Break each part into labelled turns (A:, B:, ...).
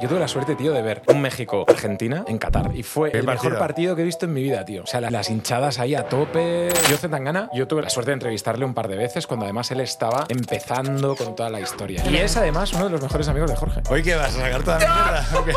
A: Yo tuve la suerte, tío, de ver un México-Argentina en Qatar y fue
B: Qué
A: el mejor
B: partido.
A: partido que he visto en mi vida, tío. O sea, la- las hinchadas ahí a tope. Yo, Zetangana, yo tuve la suerte de entrevistarle un par de veces cuando además él estaba empezando con toda la historia. Y es además uno de los mejores amigos de Jorge.
B: Hoy qué vas a sacar toda la mierda. ¿O qué?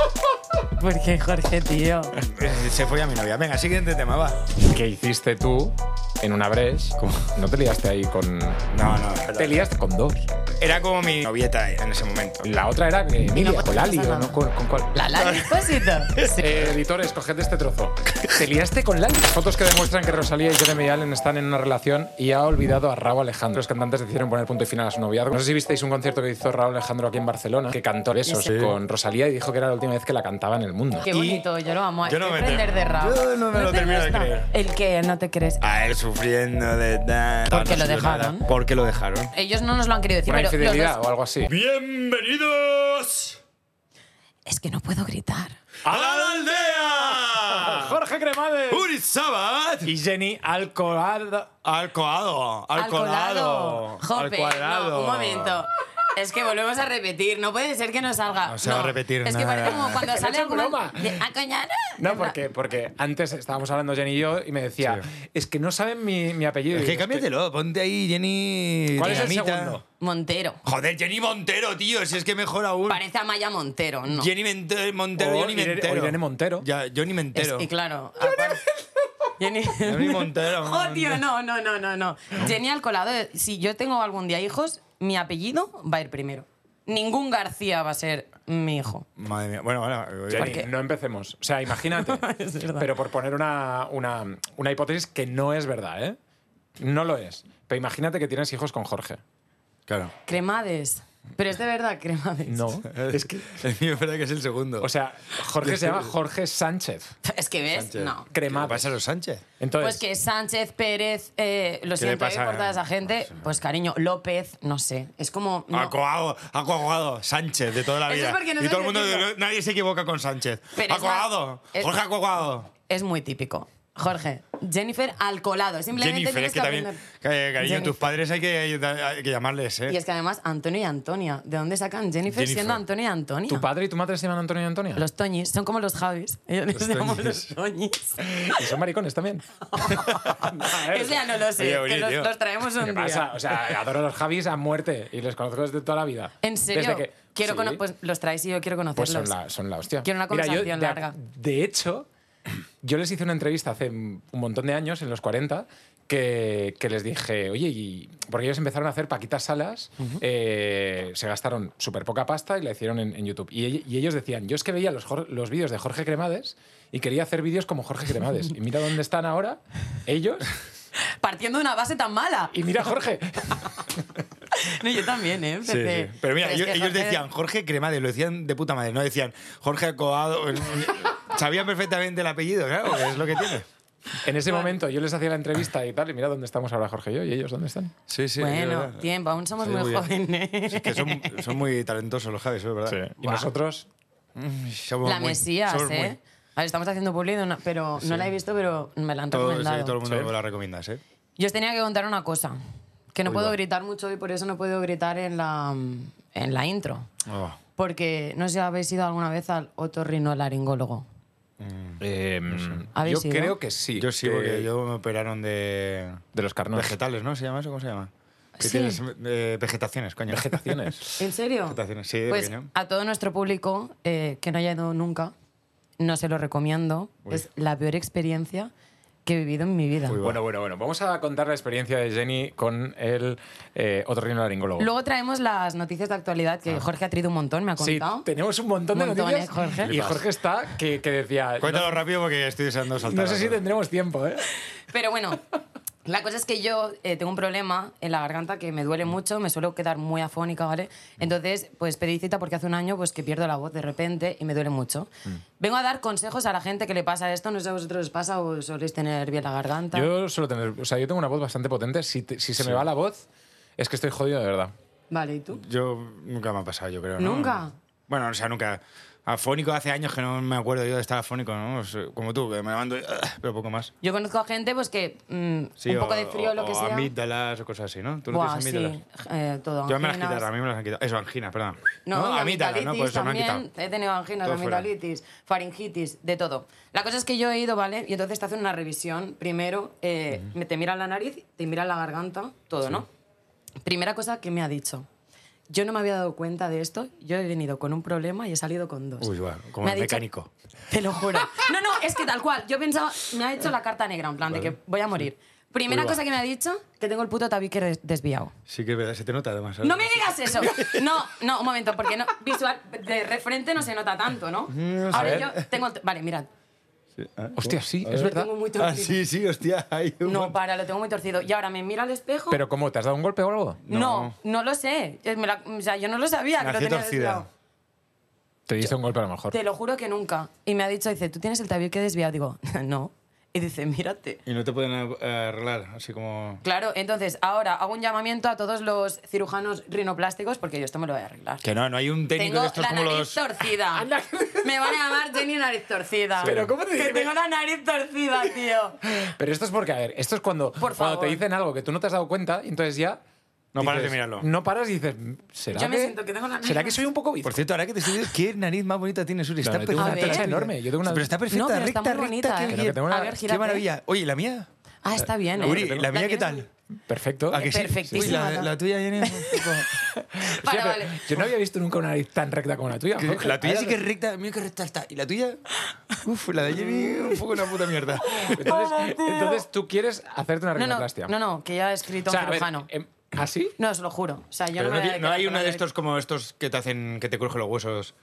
C: Porque Jorge, tío.
B: Eh, Se fue a mi novia. Venga, siguiente tema, va.
A: ¿Qué hiciste tú en una brecha? No te liaste ahí con...
B: No, no. pero-
A: Te liaste con dos.
B: Era como mi novieta en ese momento.
A: La otra era que Emilia
C: pues,
A: o Lali,
C: no pasa
A: ¿o ¿no?
C: nada.
A: ¿Con, con cuál?
C: La la Espósito.
A: Eh, editores, coged este trozo. Te liaste con Lali. Fotos que demuestran que Rosalía y Jeremy Allen están en una relación y ha olvidado a Raúl Alejandro. Los cantantes decidieron poner punto y final a su noviazgo. No sé si visteis un concierto que hizo Raúl Alejandro aquí en Barcelona, que cantó besos
B: Sí.
A: con Rosalía y dijo que era la última vez que la cantaba en el mundo.
C: Qué
B: Y-
C: bonito, yo lo amo.
B: Yo no
C: Hay que
B: me
C: aprender
B: te-
C: de Raúl.
B: yo no me lo
C: te
B: termino de
C: gusta?
B: creer.
C: El que no te crees.
B: A él sufriendo de tal.
C: Porque
B: No, no
C: lo
B: sufrió nada.
C: dejaron.
B: Porque lo dejaron.
C: Ellos no nos lo han querido decir,
A: Una
C: pero los
A: infidelidad
C: dos-
A: o algo así.
B: ¡Bienvenidos
C: Es que no puedo gritar.
B: a la aldea!
A: Jorge Cremades
B: Urizabat
A: y Jenny Alcorado.
B: al colado, al colado, al
C: Jope,
B: cuadrado.
C: no, un momento. Es que volvemos a repetir. No puede ser que no salga.
B: No se va a repetir
C: Es que
B: nada.
C: parece como cuando
A: Es que no
C: sale
A: es
C: alguna-
A: broma.
C: de- ah, coño,
A: No, porque, porque antes estábamos hablando Jenny y yo y me decía,
B: Sí.
A: es que no saben mi, mi apellido.
B: Es
A: Y
B: que
A: digo,
B: cámbiatelo, ponte ahí Jenny
A: ¿Cuál es el
B: Dinamita.
A: segundo?
C: Montero.
B: Joder, Jenny Montero, tío, si es que mejor aún.
C: Parece a Maya Montero, no.
B: Jenny Mente- Montero,
A: O
B: Johnny
A: Irene-
B: Mentero.
A: o Irene Montero.
B: Ya, Johnny
C: Es-
B: Mentero.
C: y claro. aparte- Jenny...
B: Jenny Montero.
C: Oh, tío, no, no, no, no, no. Jenny Alcolado, eh, si yo tengo algún día hijos, mi apellido va a ir primero. Ningún García va a ser mi hijo.
B: Madre mía. Bueno, bueno.
A: Jenny,
C: Porque-
A: no empecemos. O sea, imagínate.
C: Es verdad.
A: pero por poner una, una, una hipótesis que no es verdad, ¿eh? No lo es. Pero imagínate que tienes hijos con Jorge.
B: Claro.
C: Cremades. Pero es de verdad Cremades.
A: No.
B: Es que. Es verdad que es el segundo.
A: O sea, Jorge se llama Jorge Sánchez.
C: Es que ves,
B: Sánchez.
C: no.
B: ¿Qué le
A: Cremades.
B: pasa a los Sánchez?
A: Entonces,
C: Pues que Sánchez, Pérez, eh, lo
B: le
C: siento eh,
B: pasa? Ah,
C: por toda esa gente, pues cariño, López, no sé. Es como. no.
B: Acoado, acoagado, Sánchez, de toda la
C: Eso
B: vida.
C: es porque no
B: y todo el
C: sabes
B: mundo,
C: decirlo.
B: nadie se equivoca con Sánchez.
C: Pero es
B: Acoagado,
C: más- es-
B: Jorge Acoagado.
C: Es muy típico. Jorge, Jennifer al colado. Simplemente
B: Jennifer,
C: tienes
B: es que también,
C: aprender.
B: eh, cariño,
C: Jennifer.
B: tus padres hay que, hay que llamarles, ¿eh?
C: Y es que además, Antonio y Antonia. ¿De dónde sacan Jennifer,
B: Jennifer.
C: siendo Antonio y Antonia?
A: ¿tu padre y tu madre se llaman Antonio y Antonia?
C: Los Toñis. Son como los Javis. Ellos les llamamos
B: Toñis. Eh,
C: los Toñis.
A: ¿Y son maricones también? A ver,
C: Eso ya no lo sé.
B: Oye, oye,
C: que los,
B: tío.
C: los traemos un
A: ¿Qué
C: día.
A: pasa? O sea, adoro a los Javis a muerte y les conozco desde toda la vida.
C: ¿En serio?
A: Desde que-
C: Quiero
A: Sí.
C: cono- Pues los traes y yo quiero
A: Pues
C: conocerlos.
A: son la, son la hostia.
C: Quiero una
A: Mira, yo,
C: conversación
A: de-
C: larga.
A: De, hecho, yo les hice una entrevista hace un montón de años, en los 40, que, que les dije, oye, y, porque ellos empezaron a hacer paquitas salas, eh, se gastaron súper poca pasta y la hicieron en, en YouTube. Y, ell- y ellos decían, yo es que veía los, Jor- los vídeos de Jorge Cremades y quería hacer vídeos como Jorge Cremades. Y mira dónde están ahora ellos
C: Partiendo de una base tan mala.
A: y mira a Jorge.
C: No, yo también, ¿eh?
B: Sí,
C: Empecé.
B: sí. Pero mira,
C: es
B: ellos,
C: que
B: ellos
C: Jorge-
B: decían Jorge Cremades, lo decían de puta madre, no decían Jorge Acoado. Sabían perfectamente el apellido, claro, que es lo que tiene.
A: En ese momento yo les hacía la entrevista y tal, y mira dónde estamos ahora Jorge y yo y ellos dónde están.
B: Sí, sí.
C: Bueno, tiempo, aún somos
B: Sí,
C: muy,
B: muy bien.
C: jóvenes.
B: Es que son, son muy talentosos los Javis, es verdad.
A: Y nosotros...
B: Somos
C: La
B: muy-
C: Mesías,
B: somos muy-
C: ¿eh? A ver, estamos haciendo publicidad, pero no la he visto, pero me la han
B: todo, sí,
C: recomendado.
B: todo el mundo
A: Sí.
B: me la recomiendas, ¿eh?
C: Yo os tenía que contar una cosa, que no
B: Uy,
C: puedo
B: va.
C: gritar mucho y por eso no puedo gritar en la, en la intro.
B: Oh.
C: Porque no sé si habéis ido alguna vez al otorrinolaringólogo. ¿Habéis
A: Em, yo
C: ido?
A: creo que sí.
B: Mm. Yo sí,
A: que-
B: porque yo me operaron de.
A: De los carnos.
B: Vegetales, ¿no? ¿Se llama eso? ¿Cómo se llama? Que
C: Sí.
B: tienes, eh, vegetaciones, coño.
A: Vegetaciones.
C: ¿En serio?
B: Vegetaciones, sí, de
C: pues
B: pequeño.
C: a todo nuestro público eh, que no haya ido nunca, no se lo recomiendo.
B: Uy.
C: Es la peor experiencia que he vivido en mi vida.
B: Uy, va.
A: bueno, bueno, bueno. Vamos a contar la experiencia de Jenny con el eh, otorrinolaringólogo.
C: Luego traemos las noticias de actualidad
B: Ah.
C: que Jorge ha traído un montón, me ha
A: Sí,
C: contado.
A: tenemos un montón de
C: Montones,
A: noticias.
C: Jorge.
A: Y Jorge está que, que decía...
B: Cuéntalo rápido porque estoy deseando
A: No,
B: saltar.
A: no sé si
B: algo.
A: tendremos tiempo, ¿eh?
C: Pero bueno, la cosa es que yo eh, tengo un problema en la garganta que me duele mucho, me suelo quedar muy afónica, ¿vale? Entonces, pues pedí cita porque hace un año pues que pierdo la voz de repente y me duele mucho.
B: Mm.
C: Vengo a dar consejos a la gente que le pasa esto, no sé a vosotros os pasa o soléis tener bien la garganta.
A: Yo suelo tener... O sea, yo tengo una voz bastante potente. Si, te- si se me va la voz, es que estoy jodido de verdad.
C: Vale, ¿y tú?
B: Yo nunca me ha pasado, yo creo. ¿no?
C: ¿Nunca?
B: Bueno, o sea, nunca. Afónico hace años que no me acuerdo yo de estar afónico, ¿no? O sea, Como tú, que me levanto y, ah, pero poco más.
C: Yo conozco a gente pues que mm,
B: Sí,
C: un
B: o-
C: poco de frío o lo que
B: o
C: sea.
B: amígdalas o cosas así, ¿no? ¿Tú no
C: Buah,
B: tienes
C: sí,
B: amígdalas?
C: eh, todo.
B: Yo me las
C: anginas.
B: quitaron, a mí me las han quitado. Eso, angina, perdón.
C: No, y
B: amígdalas,
C: amigdalitis
B: Pues eso me han
C: también.
B: quitado.
C: He tenido anginas,
B: Todo fuera.
C: amigdalitis, faringitis, de todo. La cosa es que yo he ido, ¿vale? Y entonces te hacen una revisión. Primero, eh, me- te miran la nariz, te miran la garganta, todo, ¿no? Primera cosa que me ha dicho. Yo no me había dado cuenta de esto. Yo he venido con un problema y he salido con dos.
B: Uy, bueno, como
C: Me ha
B: el
C: dicho-
B: mecánico.
C: te lo juro. No, no, es que tal cual. Yo pensaba, me ha hecho la carta negra, en plan, de que voy a morir. Primera
B: Uy, va.
C: cosa que me ha dicho, que tengo el puto tabique des- desviado.
B: Sí que es verdad, se te nota además. ¿sabes?
C: eh. No me digas eso. No, no, un momento, porque no, visual de refrente no se nota tanto, ¿no?
B: Mm, a
C: Ahora
B: ver.
C: yo tengo. el- Vale, mirad.
B: Sí, ah,
A: Hostia,
B: ¿cómo?
A: sí,
B: A
A: es
B: ver.
A: verdad.
C: Tengo muy torcido.
B: Ah, sí, sí, hostia. Hay un
C: No,
B: montón.
C: para, lo tengo muy torcido. Y ahora me mira al espejo.
A: Pero ¿cómo? ¿Te has dado un golpe o algo?
C: no. no, lo sé. Eh, me la- o sea, yo no lo sabía que lo
B: Nació
C: tenía
B: torcida.
C: desviado.
A: Te diste un golpe a lo mejor.
C: Te lo juro que nunca. Y me ha dicho, dice, ¿tú tienes el tabique desviado? Digo, no. Y dice, mírate.
B: Y no te pueden eh, arreglar, así como...
C: Claro, entonces ahora hago un llamamiento a todos los cirujanos rinoplásticos porque yo esto me lo voy a arreglar.
B: Que no, no hay un técnico
C: Tengo
B: de estos
C: la
B: como
C: nariz
B: los...
C: torcida.
A: Anda.
C: Me van a llamar Jenny Nariz Torcida.
A: Pero, ¿cómo te
C: Que
A: dicen?
C: tengo la nariz torcida, tío.
A: Pero esto es porque, a ver, esto es cuando,
C: Por
A: cuando te
C: favor.
A: dicen algo que tú no te has dado cuenta y entonces ya...
B: No paras de mirarlo.
A: No paras y dices, ¿será
C: Yo me
A: que,
C: siento que tengo la
A: ¿Será
C: nariz-
A: que soy un poco bici?
B: Por cierto, ahora que te estoy diciendo, ¿qué nariz más bonita tiene Suri? Está
A: Claro, yo tengo
C: una
B: perfecta.
C: percha
A: enorme, yo tengo una-
B: Pero está perfecta,
C: No, pero
B: recta,
C: está muy bonita,
B: recta,
C: ¿eh?
B: qué
A: Pero que
B: bien.
A: tengo una- A ver,
B: Qué
C: gírate.
B: maravilla. Oye, ¿y ¿la mía?
C: Ah, está bien, ¿eh?
B: Uri, ¿la mía qué
C: tienes
B: tal?
A: Perfecto.
B: ¿A Ah, que sí?
C: Perfectísima,
B: Uy, la,
C: ¿no?
B: la tuya, Jenny, es un poco-
C: muy-
A: Hostia,
C: Vale,
A: pero
C: vale.
A: Yo no había visto nunca una nariz tan recta como la tuya.
B: Que La tuya sí que es recta, la mía que recta está. ¿Y la tuya? Uf, la de Jenny, un poco una puta mierda.
A: Entonces, entonces tú quieres hacerte una
C: No, no,
A: rinoplastia.
C: no, no, que ya he
A: O
C: escrito
A: sea,
C: un
A: a ver,
C: cirujano.
A: em, ¿Así?
C: No, os lo juro. O sea, yo
B: Pero
C: no,
B: no,
C: me voy a
B: ti- no
C: quedar
B: hay
C: con
B: uno
C: la
B: de
C: nariz-
B: estos como estos que te hacen, que te crujen los huesos.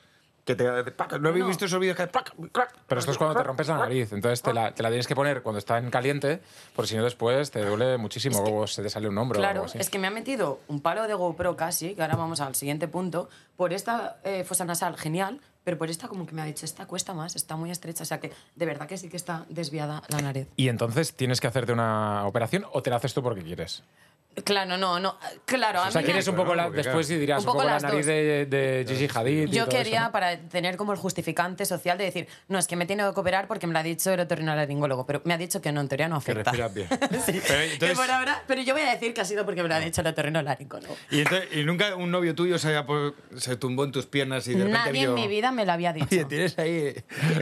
B: Que te, pac, ¿No habéis
C: No.
B: visto esos vídeos que pac, crac?
A: Pero esto es cuando te rompes la nariz, entonces te la, te la tienes que poner cuando está en caliente, porque si no después te duele muchísimo, o se te sale un hombro. o
C: Claro,
A: algo así.
C: es que me ha metido un palo de GoPro casi, que ahora vamos al siguiente punto, por esta eh, fosa nasal genial, pero por esta como que me ha dicho, esta cuesta más, está muy estrecha, o sea que de verdad que sí que está desviada la nariz.
A: Y entonces tienes que hacerte una operación o te la haces tú porque quieres.
C: Claro, no, no, claro, a
A: O sea,
C: mí
A: quieres
C: me-
A: un poco la,
B: Porque, claro.
A: después y dirás
C: Un
A: un
C: poco
A: poco, la
C: las
A: nariz
C: dos.
A: de, de Gigi Hadid. y
C: Yo
A: todo
C: quería
A: eso, ¿no?
C: para tener como el justificante social de decir, no, es que me he tenido que operar porque me lo ha dicho el otorrinolaringólogo, pero me ha dicho que no, en teoría no afecta.
B: respiras bien.
C: Sí,
B: Pero,
C: que
B: entonces-
C: por ahora- pero yo voy a decir que ha sido porque me lo ha dicho el otorrinolaringólogo.
B: Y, entonces- y nunca un novio tuyo se, haya po- se tumbó en tus piernas y de repente
C: Nadie
B: vio,
C: en mi vida me lo había dicho.
B: Oye, tienes ahí.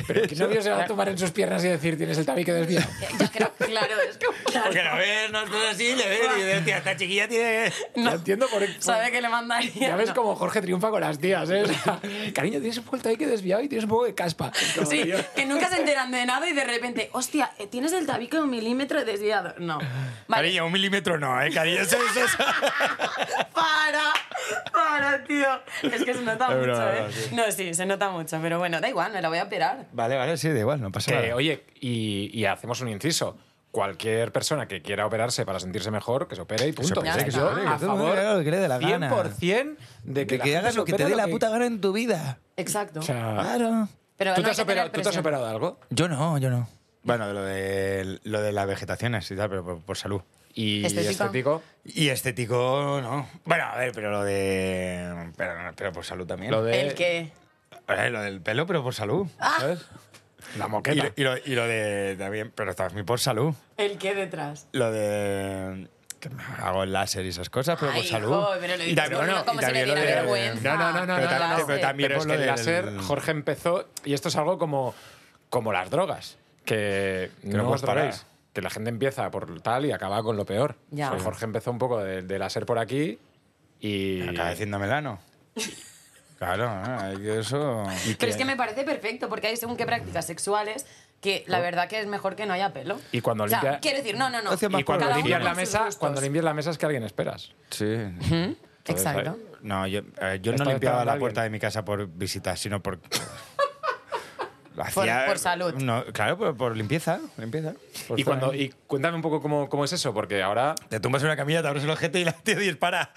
A: Pero ¿qué novio se va a tomar en sus piernas y decir tienes el tabique desviado?
C: Yo Eh, creo, claro, es que...
B: Porque la ves, no estás así, le ves y dices, "Tía, esta chiquilla tiene.
A: No entiendo por qué.
C: ¿Sabe que le mandaría?
A: Ya ves
C: No.
A: cómo Jorge triunfa con las tías, ¿eh? O sea, cariño, tienes un poco el tabique desviado y tienes un poco de caspa. Como
C: Sí,
A: yo.
C: que nunca se enteran de nada y de repente, hostia, eh, tienes el tabique un milímetro desviado. No. Vale,
B: Cariño, un milímetro no, ¿eh? Cariño, eso es eso.
C: para, para, tío. Es que se nota
B: Es
C: mucho,
B: broma,
C: ¿eh? No, sí, se nota mucho, pero bueno, da igual, me la voy a operar.
B: Vale, vale, sí, da igual, no pasa
A: Que,
B: nada.
A: oye, y, y hacemos un inciso. Cualquier persona que quiera operarse para sentirse mejor, que se opere y punto.
B: opere,
A: O sea,
C: que se
A: yo,
C: opere,
B: que
A: a
B: todo el mundo
A: favor,
B: haga lo que le dé la gana.
A: 100% de que,
B: Que,
A: la
B: que
A: gente
B: hagas
A: se
B: lo que te
A: opere
B: dé la
A: que-
B: puta gana en tu vida.
C: Exacto.
A: O sea,
B: Claro.
C: pero
A: ¿tú,
C: no
A: te
C: hay
A: has
C: que tener
A: operado, ¿Tú te has
C: presión.
A: operado de algo?
B: Yo no, yo no. Bueno, de lo de, lo de las vegetaciones y tal, pero por, por salud.
A: Y
C: Estética.
A: estético,
B: Y estético, no. Bueno, a ver, pero lo de. Pero, pero por salud también.
A: lo de...
C: ¿El qué?
B: A ver, lo del pelo, pero por salud.
A: ¿sabes?
C: Ah.
A: La
B: Y,
A: moqueta.
B: lo- y lo, y lo de. También, pero también por salud.
C: ¿El qué detrás?
B: Lo de. Que me hago el láser y esas cosas, pero
C: Ay,
B: por salud.
C: joder, pero lo dices como- como si le diera
A: No,
C: vergüenza.
A: no, no, no. no,
B: Pero también-
A: no.
B: pero también
A: Pero es
B: por
A: que
B: lo
A: el
B: del-
A: láser, Jorge empezó, y esto es algo como, como las drogas, que,
B: no
A: no os
B: puedes parar.
A: droguéis, Que la gente empieza por tal y acaba con lo peor.
C: Ya.
A: O sea, Jorge empezó un poco de, de láser por aquí y...
B: Acaba diciendo melano. Claro, ah, hay que eso.
C: Pero es que me parece perfecto, porque hay según qué prácticas sexuales que la verdad que es mejor que no haya pelo.
A: Oh. Y cuando
C: O sea,
A: limpia-
C: quiero decir, no, no, no.
B: Hace más
A: Y cuando
C: Cada
B: uno
A: limpias
B: con
A: la
C: sus
A: mesa,
C: gustos.
A: cuando limpias la mesa es que alguien esperas.
B: Sí.
C: Exacto.
B: No, yo, eh, yo no
A: Estaba
B: limpiaba
A: esperando a
B: la
A: alguien.
B: puerta de mi casa por visitas, sino por. Lo
C: por salud.
B: No, claro, por, por limpieza. limpieza. Por
A: Y, cuando,
B: fuera.
A: y cuéntame un poco cómo, cómo es eso, porque ahora...
B: Te tumbas en una camilla, te abres el ojete y la tío dispara.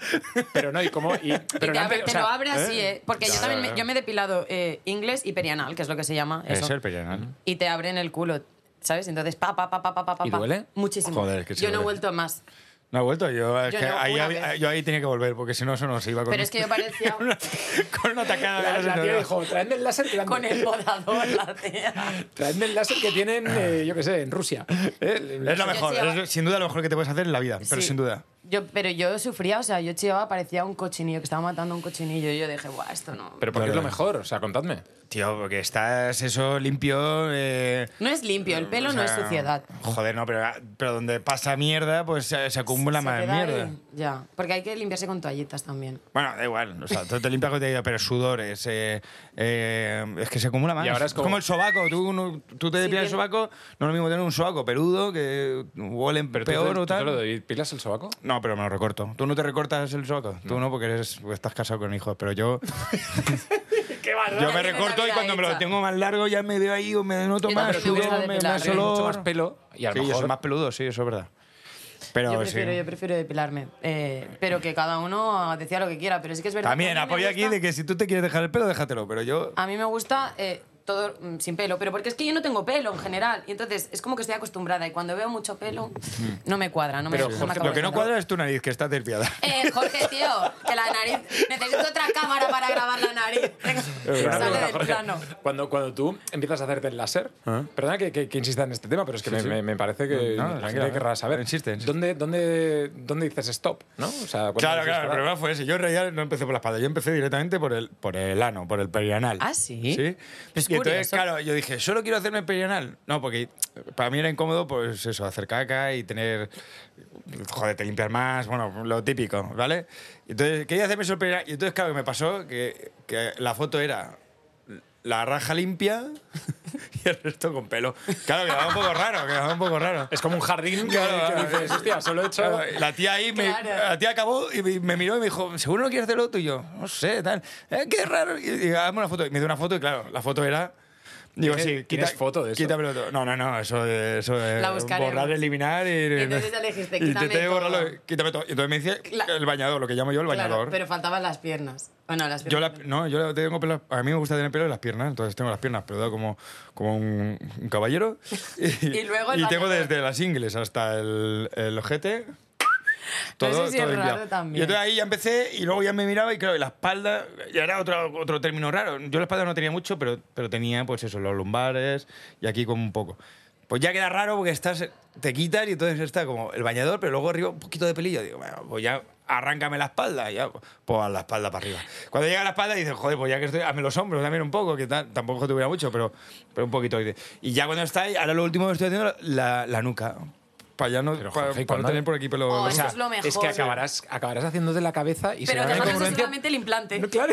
A: Pero no, y cómo... y- pero
C: Y te,
A: no
C: abre-
A: empe- o
C: te
A: sea,
C: lo abre así, ¿eh? Porque yo
B: Claro,
C: también me,
B: claro.
C: yo me he depilado eh, inglés y perianal, que es lo que se llama eso.
B: Es el perianal.
C: Y te abren el culo, ¿sabes? Entonces, pa, pa, pa, pa, pa, pa, pa.
A: ¿Y
C: pa.
A: duele?
C: Muchísimo.
B: Joder, que sí
C: yo no he
B: duele.
C: vuelto más.
B: No ha vuelto. Yo, es
C: Yo
B: que
C: no,
B: ahí,
C: una
B: había-
C: vez.
B: yo ahí tenía que volver, porque si no, eso no se iba con
C: Pero es que yo parecía
B: una, con una tacada de
A: La,
B: las
A: la tía
B: neuronas.
A: dijo, traedme el láser grande.
C: con el podador, la tía.
A: Traedme el láser que tienen, eh, yo qué sé, en Rusia. Eh,
B: Es lo
C: Yo
B: mejor,
C: decía-
B: es sin duda lo mejor que te puedes hacer en la vida, pero
C: Sí.
B: sin duda.
C: Yo, pero yo sufría, o sea, yo chillaba, parecía un cochinillo, que estaba matando un cochinillo. Y yo dije, guau, esto no.
A: Pero ¿por qué es
B: Claro.
A: lo mejor? O sea, contadme.
B: Tío, porque estás eso limpio. eh,
C: no es limpio, el pelo
B: o
C: no es
B: sea,
C: suciedad.
B: Joder, no, pero, pero donde pasa mierda, pues se, se acumula
C: Se
B: más
C: queda ahí,
B: mierda.
C: Ya, porque hay que limpiarse con toallitas también.
B: Bueno, da igual, o sea, tú te limpias con te pero sudores, eh, eh, es que se acumula más.
A: Y ahora es como-
B: el sobaco, tú, no- tú te depilas
C: Sí,
B: el
C: tiene-
B: sobaco, no es lo mismo tener un sobaco peludo que huele
A: ¿Pero tú
B: peor
A: te,
B: o
A: tú te
B: tal.
A: lo depilas el sobaco?
B: No, pero me lo recorto. Tú no te recortas el sobaco. Tú no, porque eres, porque estás casado con hijos. Pero yo,
A: ¡Qué
B: yo me
C: tienes la
B: recorto y
C: vida
B: cuando me lo
C: hecha.
B: tengo más largo ya me veo ahí o me noto
C: Yo
B: más.
C: también me gusta
B: sudor, me, me
C: depilar,
B: hace
C: ¿eh?
A: Solo mucho
B: olor.
A: más pelo y a lo
B: Sí, yo soy
A: mejor...
B: más peludo, sí, eso es verdad. Pero
C: yo,
B: sí.
C: prefiero, yo prefiero depilarme. eh, pero que cada uno decía lo que quiera, pero sí que es verdad.
B: También
C: que a mí me
B: apoyo aquí
C: gusta-
B: de que si tú te quieres dejar el pelo, déjatelo. Pero yo
C: A mí me gusta eh, todo mm, sin pelo, pero porque es que yo no tengo pelo en general. Y entonces es como que estoy acostumbrada y cuando veo mucho pelo no me cuadra, no me,
A: Pero,
C: no me
A: Jorge,
C: acabo
B: Mm. lo
C: de
B: que no
C: entrar.
B: cuadra es tu nariz, que está desviada.
C: Eh, Jorge, tío, que la nariz. Necesito otra cámara para grabar la nariz.
A: Una
C: Sale
A: pregunta,
C: del
A: Jorge.
C: plano.
A: Cuando, cuando tú empiezas a hacerte el láser,
B: Ah.
A: perdona que, que- que insista en este tema, pero es que me,
B: sí.
A: me- me parece que
B: No,
A: la
B: tranquila,
A: gente querrá saber.
B: insiste, insiste.
A: ¿Dónde, dónde, dónde dices stop? ¿no? O sea, cuando
B: Claro,
A: dices
B: claro, el
A: parar.
B: problema fue ese. Yo en realidad no empecé por la espalda, yo empecé directamente por el, por el ano, por el perianal.
C: ¿Ah, sí?
B: Sí.
C: Pues
B: y entonces,
C: curioso.
B: claro, yo dije, solo quiero hacerme el perianal. No, porque para mí era incómodo, pues eso, hacer caca y tener. Joder, te limpiar más, bueno, lo típico, ¿vale? Entonces, quería hacerme solo el perianal. Y entonces, claro, me pasó que, que la foto era la raja limpia y el resto con pelo. Claro, quedaba un poco raro, quedaba un poco raro.
A: Es como un jardín que,
B: Claro,
A: que
B: claro.
A: dices, hostia, solo he hecho...
B: Claro, la tía ahí me,
C: Claro.
B: la tía acabó y me, me miró y me dijo seguro no quieres hacerlo tú y yo no sé tal "Eh, qué raro y, y hazme una foto y me dio una foto y claro la foto era digo
A: ¿Tienes-
B: sí
A: tienes foto de eso?
B: quítamelo todo no no no eso de- eso de
C: La buscaremos.
B: borrar eliminar y
C: Entonces ya le dijiste, "Quítame
B: intenté
C: todo".
B: borrarlo quítame todo y entonces me dice
C: Cla-
B: el bañador lo que llamo yo el
C: Claro,
B: bañador
C: pero faltaban las piernas. Bueno, las
B: yo
C: piernas.
B: la, no, yo la- tengo pelo- a mí me gusta tener pelo en las piernas, entonces tengo las piernas peludas como, como un, un caballero. Y,
C: Y luego el
B: y tengo
C: bañador.
B: desde las ingles hasta el, el ojete. Todo,
C: Pero eso sí
B: todo
C: es raro
B: limpiado.
C: también.
B: Y entonces ahí ya empecé y luego ya me miraba y claro, y la espalda, y era otro, otro término raro. Yo la espalda no tenía mucho, pero, pero tenía pues eso, los lumbares y aquí como un poco. Pues ya queda raro porque estás, te quitas y entonces está como el bañador, pero luego arriba un poquito de pelillo. Digo, bueno, pues ya arráncame la espalda, ya, pues a la espalda para arriba. Cuando llega la espalda dices, joder, pues ya que estoy, hazme los hombros también un poco, que tal, tampoco tuviera mucho, pero, pero un poquito. Y ya cuando está ahí, ahora lo último que estoy haciendo, la, la nuca. Para ya no,
A: Pero,
B: pa-
A: Jorge, ¿y
B: para no
A: cuándo?
B: tener por aquí pelo.
C: Oh,
B: o
C: eso
B: sea,
C: es lo mejor.
A: que acabarás, acabarás haciéndote la cabeza y
C: Pero
A: será una
C: dejándote
A: incongruencia.
C: solamente el implante.
A: No, claro.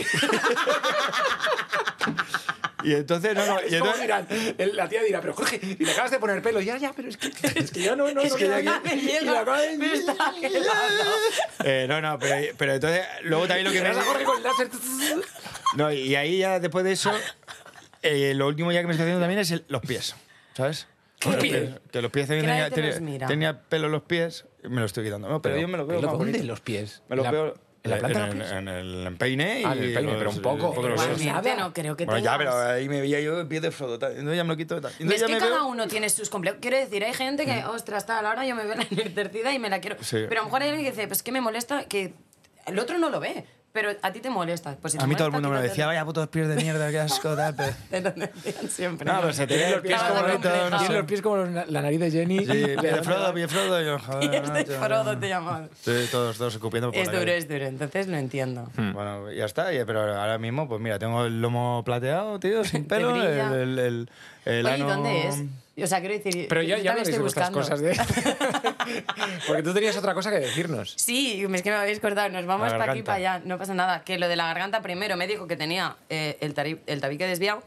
B: Y entonces, no, no, y
A: Es como
B: entonces-
A: dirán, el- la tía dirá, pero Jorge, y le acabas de poner pelo. Ya, ya, pero es que, es que ya no, no, no,
C: que
A: ya,
C: ya me
A: y
C: llega.
A: le acabas de-
C: Me está helando.
B: Eh, no, no, pero, pero entonces, luego también lo
A: Y
B: que
A: verás a Jorge
B: me.
A: con el láser.
B: No, y ahí ya después de eso, eh, lo último ya que me estoy haciendo también es el- los pies, ¿sabes?
A: ¿Qué
B: Los
A: pies?
B: Que los pies también
C: Que nadie
B: tenía,
C: te los
B: tenía,
C: mira.
B: tenía pelo en los pies y me lo estoy quitando. No, pero, yo me lo veo más bonito.
A: los pies?
B: Me lo
A: ¿En la-
B: veo
A: ¿En la planta de
B: eh, en,
A: los pies?
B: en el empeine y
A: Ah, en el peine,
B: los-
A: pero un poco.
B: los-
A: Pero
B: los-
A: eso es
C: Igualmente,
A: nada.
C: no creo que
B: Bueno, ya,
C: tengas.
B: pero eh, ahí me veía yo el pie de Frodo. tal. Entonces ya me lo quito. tal. Entonces
C: Ves
B: ya
C: que
B: me
C: cada
B: veo- Mm.
C: uno tiene sus complejos. Quiero decir, hay gente que, ostras, tal, ahora yo me veo la entertecida y me la quiero.
B: Sí.
C: Pero a lo mejor hay alguien que dice, pues que me molesta que el otro no lo ve, pero a ti te molesta. Pues si te
B: A mí todo el
C: molesta,
B: mundo me lo decía,
C: quítatelo.
B: vaya putos pies de mierda, qué asco, tal. Pero...
C: Te lo decían siempre.
B: No, pero se te ve el pie
C: pies
B: como
C: bonitos,
B: bonito. No
C: complejado.
A: Tiene
B: sé.
A: los pies como los- la nariz de Jenny.
B: Sí, pie de Frodo, pie de Frodo. y yo, joder,
C: Y es de
B: macho.
C: Frodo, te llamaban.
B: Sí, todos, todos escupiendo Ah, por
C: Es
B: la
C: duro,
B: calle.
C: es duro, entonces lo entiendo.
B: Bueno, ya está, y- pero ahora mismo, pues mira, tengo el lomo plateado, tío, sin
C: Te
B: pelo, el,
C: brilla.
B: el, el, el
C: Oye, ¿y
B: ano-
C: ¿dónde es? O sea, quiero decir.
A: Pero
C: yo
A: ya, ya hablaréis
C: también
A: de
C: estoy
A: vuestras
C: buscando.
A: cosas. De... Porque tú tenías otra cosa que decirnos.
C: Sí, es que me habéis cortado. Nos vamos
B: La
C: para aquí
B: garganta.
C: para allá. No pasa nada. Que lo de la garganta primero me dijo que tenía eh, el, tari- el tabique desviado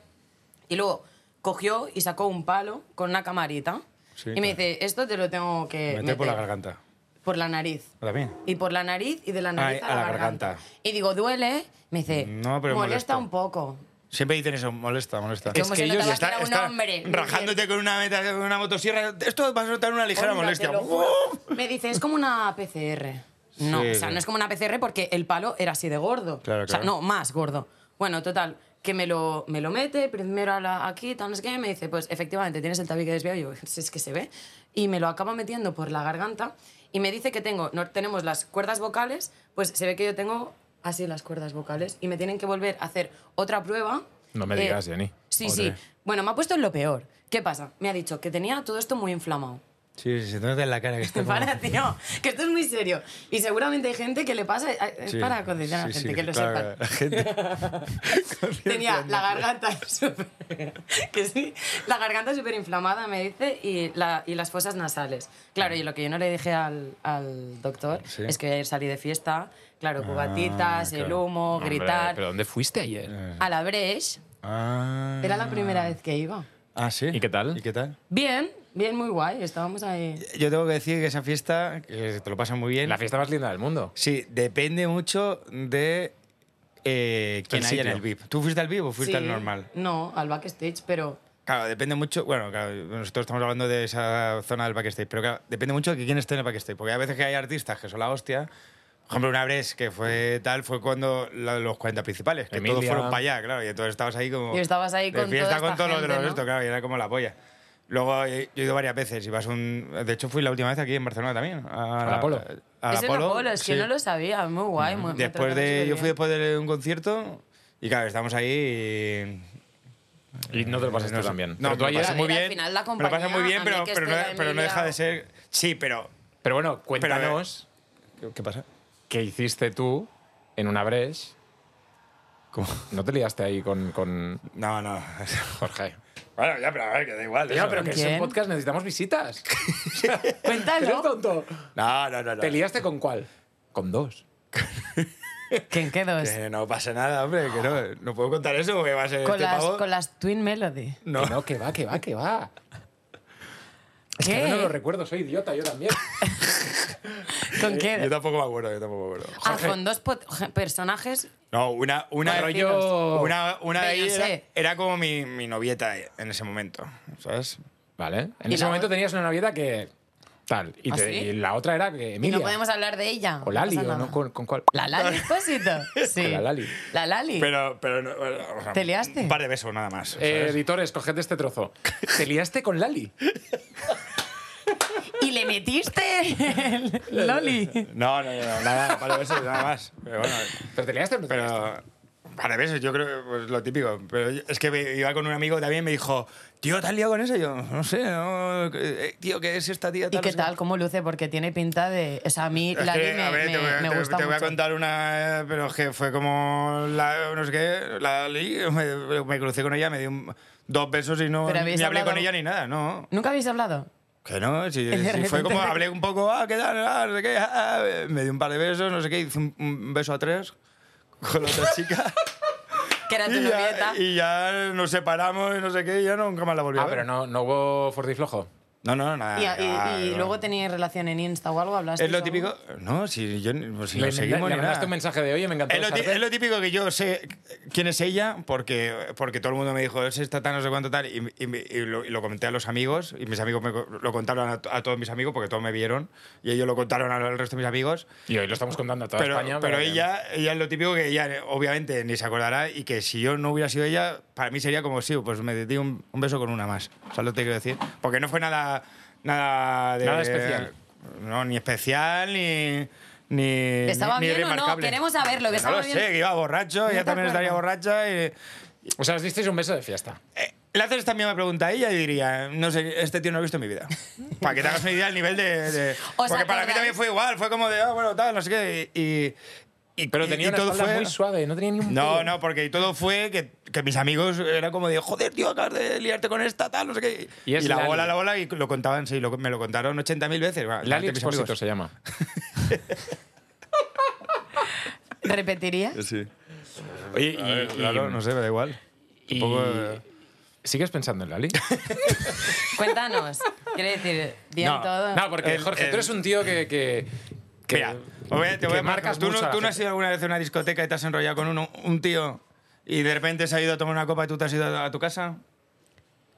C: y luego cogió y sacó un palo con una camarita
B: Sí,
C: y me
B: claro.
C: dice, esto te lo tengo que
B: Meter por la garganta.
C: Por la nariz.
B: También.
C: Y por la nariz y de la nariz
B: Ah,
C: a, la, garganta. Y digo, ¿duele? Me dice,
B: No, pero
C: molesta
B: molesta.
C: un poco.
B: Siempre dicen eso, molesta, molesta.
C: Como si
A: ellos
C: no te
B: Está-
C: un
B: está
C: hombre.
B: rajándote con una, meta- con una motosierra. Esto va a notar una ligera
C: Onda,
B: molestia. ¡Uh!
C: te lo juro.
B: ¡Uf!
C: Me dice, es como una PCR. No,
B: Sí.
C: o sea, no es como una PCR porque el palo era así de gordo.
B: Claro,
C: O sea,
B: claro.
C: no, más gordo. Bueno, total, que me lo, me lo mete, primero a la- aquí, tal, no sé qué, me dice, pues efectivamente tienes el tabique desviado. Y yo, es que se ve. Y me lo acaba metiendo por la garganta y y me dice que tengo, no, tenemos las cuerdas vocales, pues se ve que yo tengo así las cuerdas vocales y me tienen que volver a hacer otra prueba. Eh,
A: No me digas, Jenny.
C: Sí,
A: Joder.
C: sí. Bueno, me ha puesto en lo peor. ¿Qué pasa? Me ha dicho que tenía todo esto muy inflamado.
B: Sí, sí, se te nota en la cara que está como-
C: Para, tío, que esto es muy serio. Y seguramente hay gente que le pasa. eh, Es
B: Sí,
C: para concienciar a la
B: sí,
C: gente,
B: sí,
C: que lo
B: claro,
C: sepan.
B: la gente-
C: Tenía la garganta súper... que sí, la garganta súper inflamada, me dice, y, la- y las fosas nasales. Claro, y lo que yo no le dije al, al doctor
B: Mm. Sí. Ah,
C: es que ayer salí de fiesta, claro, cubatitas, el
B: claro.
C: humo,
A: Hombre,
C: gritar.
A: ¿Pero dónde fuiste ayer?
C: A la Breche,
B: Ah.
C: era la primera vez que iba.
B: Ah, sí.
A: ¿Y qué tal?
B: ¿Y qué tal?
C: Bien, bien, muy guay, estábamos ahí...
B: Yo tengo que decir que esa fiesta, que te lo pasan muy bien.
A: La fiesta más linda del mundo.
B: Sí, depende mucho de eh, quién
A: El
B: haya en
A: sitio.
B: el VIP. ¿Tú fuiste al VIP o fuiste
C: Sí,
B: al normal?
C: No, al backstage, pero...
B: Claro, depende mucho. Bueno, claro, nosotros estamos hablando de esa zona del backstage, pero claro, depende mucho de quién esté en el backstage. Porque hay veces que hay artistas que son la hostia. Por ejemplo, una vez que fue tal, fue cuando la- los 40 principales, que todos
A: Emilia.
B: fueron para allá, claro, y entonces estabas ahí como.
C: Y estabas ahí
B: de
C: con
B: fiesta
C: toda
B: con
C: esta
B: todos los de los
C: gente, ¿no?
B: esto, claro, y era como la polla. Luego eh, yo he ido varias veces y vas un. De hecho, fui la última vez aquí en Barcelona también. a-
A: Al Apolo.
B: al
C: es en Apolo, es
B: sí.
C: que no lo sabía, muy guay. muy- me
B: Después
C: trataron
B: de,
C: súper
B: yo fui
C: bien.
B: después de un concierto y claro, estamos ahí y
A: Y Eh, no te lo pasaste
B: no sé.
A: tan bien.
B: No,
A: Pero tú
B: me lo
A: ayer-
B: pasé muy
C: Al
B: bien.
C: final, la
B: me lo pasé muy
C: compañía,
B: bien,
C: a mí
B: pero,
C: que
B: pero,
C: estoy
B: no,
C: la
B: pero no deja
C: Emilia-
B: de ser. Sí, pero.
A: Pero eh, bueno, cuéntanos
B: ¿Qué, pasa?
A: qué hiciste tú en una breche. ¿No te liaste ahí con, con
B: No, no.
A: Jorge?
B: bueno, ya, pero a ver, que da igual.
A: Tío,
B: eso.
A: pero que es un
C: ¿Quién?
A: podcast, necesitamos visitas.
C: Cuéntalo.
A: ¿Eres tonto?
B: No, no, no. no.
A: ¿Te liaste con cuál? Con dos.
C: ¿Quién quedó? ¿Este
B: Que no pasa nada, hombre, que no, no puedo contar eso porque va a ser
C: Con
B: este
C: las,
B: pavo.
C: con las Twin Melody.
B: No.
A: Que no, que va, que va, que va. Es que
C: ¿Qué?
A: no lo recuerdo, soy idiota, yo también.
C: ¿Con
B: Yo
C: qué?
B: tampoco me acuerdo, yo tampoco me acuerdo.
C: Ah, con dos pot- je- personajes.
B: No, una, una,
A: Rollo-
B: una, una de ahí era,
C: Beyoncé.
B: era como mi, mi novieta en ese momento, ¿sabes?
A: Vale. En
C: ¿Y
A: ese
C: la
A: momento
C: otra?
A: tenías una novieta que. Tal. Y,
C: ¿Ah,
A: te-
C: sí?
A: y la otra era que.
C: Y
A: Emilia.
C: no podemos hablar de ella.
A: O Lali,
C: no pasa
A: ¿o
C: nada.
A: no? ¿Con, con cuál?
C: La Lali Espósito. Sí.
A: Con la Lali.
C: La Lali.
B: Pero, pero no, o sea,
C: ¿Te liaste?
B: Un par de besos nada más.
A: Eh,
B: ¿sabes?
A: editores, coged este trozo. ¿Te liaste con Lali?
C: Y le metiste el Loli.
B: No, no, no, no, nada, un par de besos nada más. Pero bueno,
A: ¿Pero te liaste o no te liaste?
B: pero un par de besos, yo creo que pues, lo típico. Pero yo- es que me- iba con un amigo también me dijo, tío, ¿te has liado con eso? Y Yo, no sé, no, eh, tío, ¿qué es esta tía?
C: ¿Y qué
B: no sé
C: tal? ¿Cómo luce? Porque tiene pinta de. O sea, a mí
B: Es
C: Lali
B: que,
C: me,
B: a ver,
C: me-
B: te voy, a-
C: me
B: te-
C: gusta
B: te voy a
C: mucho.
B: contar una, eh, pero es que fue como la, no sé qué, la li, me, me crucé con ella, me di un- dos besos y no ni
C: Pero habéis
B: hablé
C: hablado-
B: con ella ni nada, no.
C: ¿Nunca habéis hablado?
B: Que no, si,
C: De
B: si fue
C: repente-
B: como hablé un poco, ah, qué tal, ah, no sé qué, ah, ah, me di un par de besos, no sé qué, hice un, un beso a tres con la otra chica
C: Que era tu
B: y,
C: novieta.
B: ya, y ya nos separamos y no sé qué, y ya nunca más la volví a
A: Ah,
B: ver.
A: pero no, no hubo Fordiflojo.
B: no, no, nada.
C: Y, y- y
B: nada,
C: luego
B: no.
C: tenéis relación en Insta o algo, hablaste.
B: Es lo típico, no, si yo pues si
A: Le,
B: nos seguimos
A: le
B: ni
A: mandaste
B: nada.
A: un mensaje de oye, me encantó.
B: Es lo, ti-
A: besarte".
B: es lo típico que yo sé quién es ella, porque, porque todo el mundo me dijo, es esta tal, no sé cuánto tal, y, y me- y lo, y lo comenté a los amigos, y mis amigos me co- lo contaron a, to- a todos mis amigos, porque todos me vieron, y ellos lo contaron al al resto de mis amigos.
A: Y hoy lo estamos contando a toda
B: Pero,
A: España.
B: pero
A: porque-
B: ella, ella es lo típico que ella, eh, obviamente, ni se acordará, y que si yo no hubiera sido ella, para mí sería como, sí, pues me di un, un beso con una más. ¿Sabes lo que te quiero decir? Porque no fue nada. Nada, de-
A: Nada especial.
B: No, ni especial, ni. Ni,
C: ¿Estaba
B: ni
C: bien o no?
B: remarcable.
C: Queremos saberlo, que
B: No
C: estaba
B: lo
C: bien.
B: sé, que iba borracho, ella
C: te
B: también estaría borracha. Y,
A: O sea, os disteis un beso de fiesta.
B: eh, le haces también me pregunta a ella y diría, no sé, este tío no lo he visto en mi vida. Para que te hagas una idea del nivel de... de-
C: ¿Os
B: porque para mí
C: acordáis?
B: también fue igual, fue como de, ah, bueno, tal, no sé qué. Y, y- y-
A: Pero
B: y-
A: tenía
B: y
A: una
B: todo
A: espalda
B: fue...
A: muy suave, no tenía ni un
B: No,
A: pelo.
B: no, porque y todo fue que, que mis amigos era como de, joder, tío, acabas de liarte con esta, tal, no sé qué.
A: Y es
B: la
A: Lali.
B: bola, la bola, y lo contaban, sí, lo- me lo contaron 80.000 veces. Bueno,
A: Lali
B: delante de mis amigos.
A: Expósito se llama.
C: ¿Repetirías?
A: Oye, y,
B: A ver, claro, no sé, me da igual.
A: y-
B: Tampoco, eh,
A: ¿Sigues pensando en Lali?
C: Cuéntanos. Quiere decir, bien
B: No,
C: todo.
A: no, porque
B: El-
A: Jorge,
B: el-
A: tú eres un tío que... que, que-
B: Mira, os voy a- te
A: que
B: voy a
A: marcas
B: tú, no-
A: mucho a la
B: tú no has
A: gente.
B: ido alguna vez a una discoteca y te has enrollado con uno- un tío y de repente se ha ido a tomar una copa y tú te has ido a tu casa?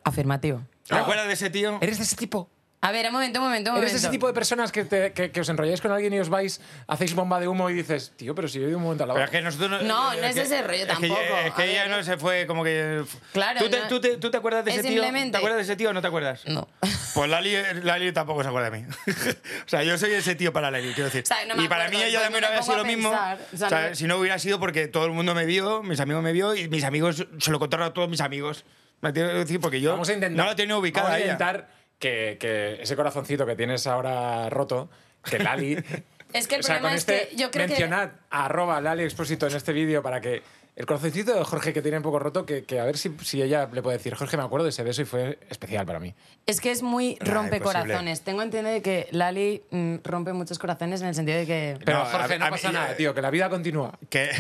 C: Afirmativo.
B: ¿Te acuerdas de ese tío?
A: ¿Eres de ese tipo?
C: A ver, un momento, un momento, un momento.
A: ¿Eres ese tipo de personas que, te- que- que os enrolláis con alguien y os vais, hacéis bomba de humo y dices, tío, pero si yo de un momento a la
B: Pero
A: otra.
B: es que nosotros
C: No, no es
B: que-
C: ese
B: es
C: rollo
B: que
C: tampoco.
B: ella- es que
C: A
B: ella
C: ver.
B: no se fue como que.
C: Claro,
B: ¿Tú te,
C: no-
B: tú te- tú te acuerdas de
C: es
B: ese tío?
C: simplemente-
B: ¿Te acuerdas de ese tío o no te acuerdas?
C: No.
B: Pues Lali, Lali tampoco se acuerda de mí. o sea, yo soy ese tío para Lali, quiero decir.
C: O sea, no me
B: y para mí
C: acuerdo,
B: ella
C: entonces
B: también
C: no me
B: había sido lo
C: pongo a
B: mismo.
C: pensar. O sea,
B: O sea,
C: no-
B: si no hubiera sido porque todo el mundo me vio, mis amigos me vio y mis amigos se lo contaron a todos mis amigos. Me quiero decir, porque yo
A: Vamos a intentar.
B: no la tenía ubicada
A: Vamos a
B: ella.
A: intentar que, que ese corazoncito que tienes ahora roto, que Lali.
C: Es que el
A: o sea,
C: problema
A: con
C: es
A: este-
C: que yo creo que-
A: mencionad a arroba Lali Expósito en este vídeo para que. El corazoncito de Jorge que tiene un poco roto, que, que a ver si, si ella le puede decir, Jorge, me acuerdo de ese beso y fue especial para mí.
C: Es que es muy
B: Nah,
C: rompecorazones. Tengo entendido que Lali mm, rompe muchos corazones en el sentido de que
A: Pero
B: No,
A: Jorge,
B: a-
A: no
B: a mí-
A: pasa nada, tío, que la vida continúa.
B: Que,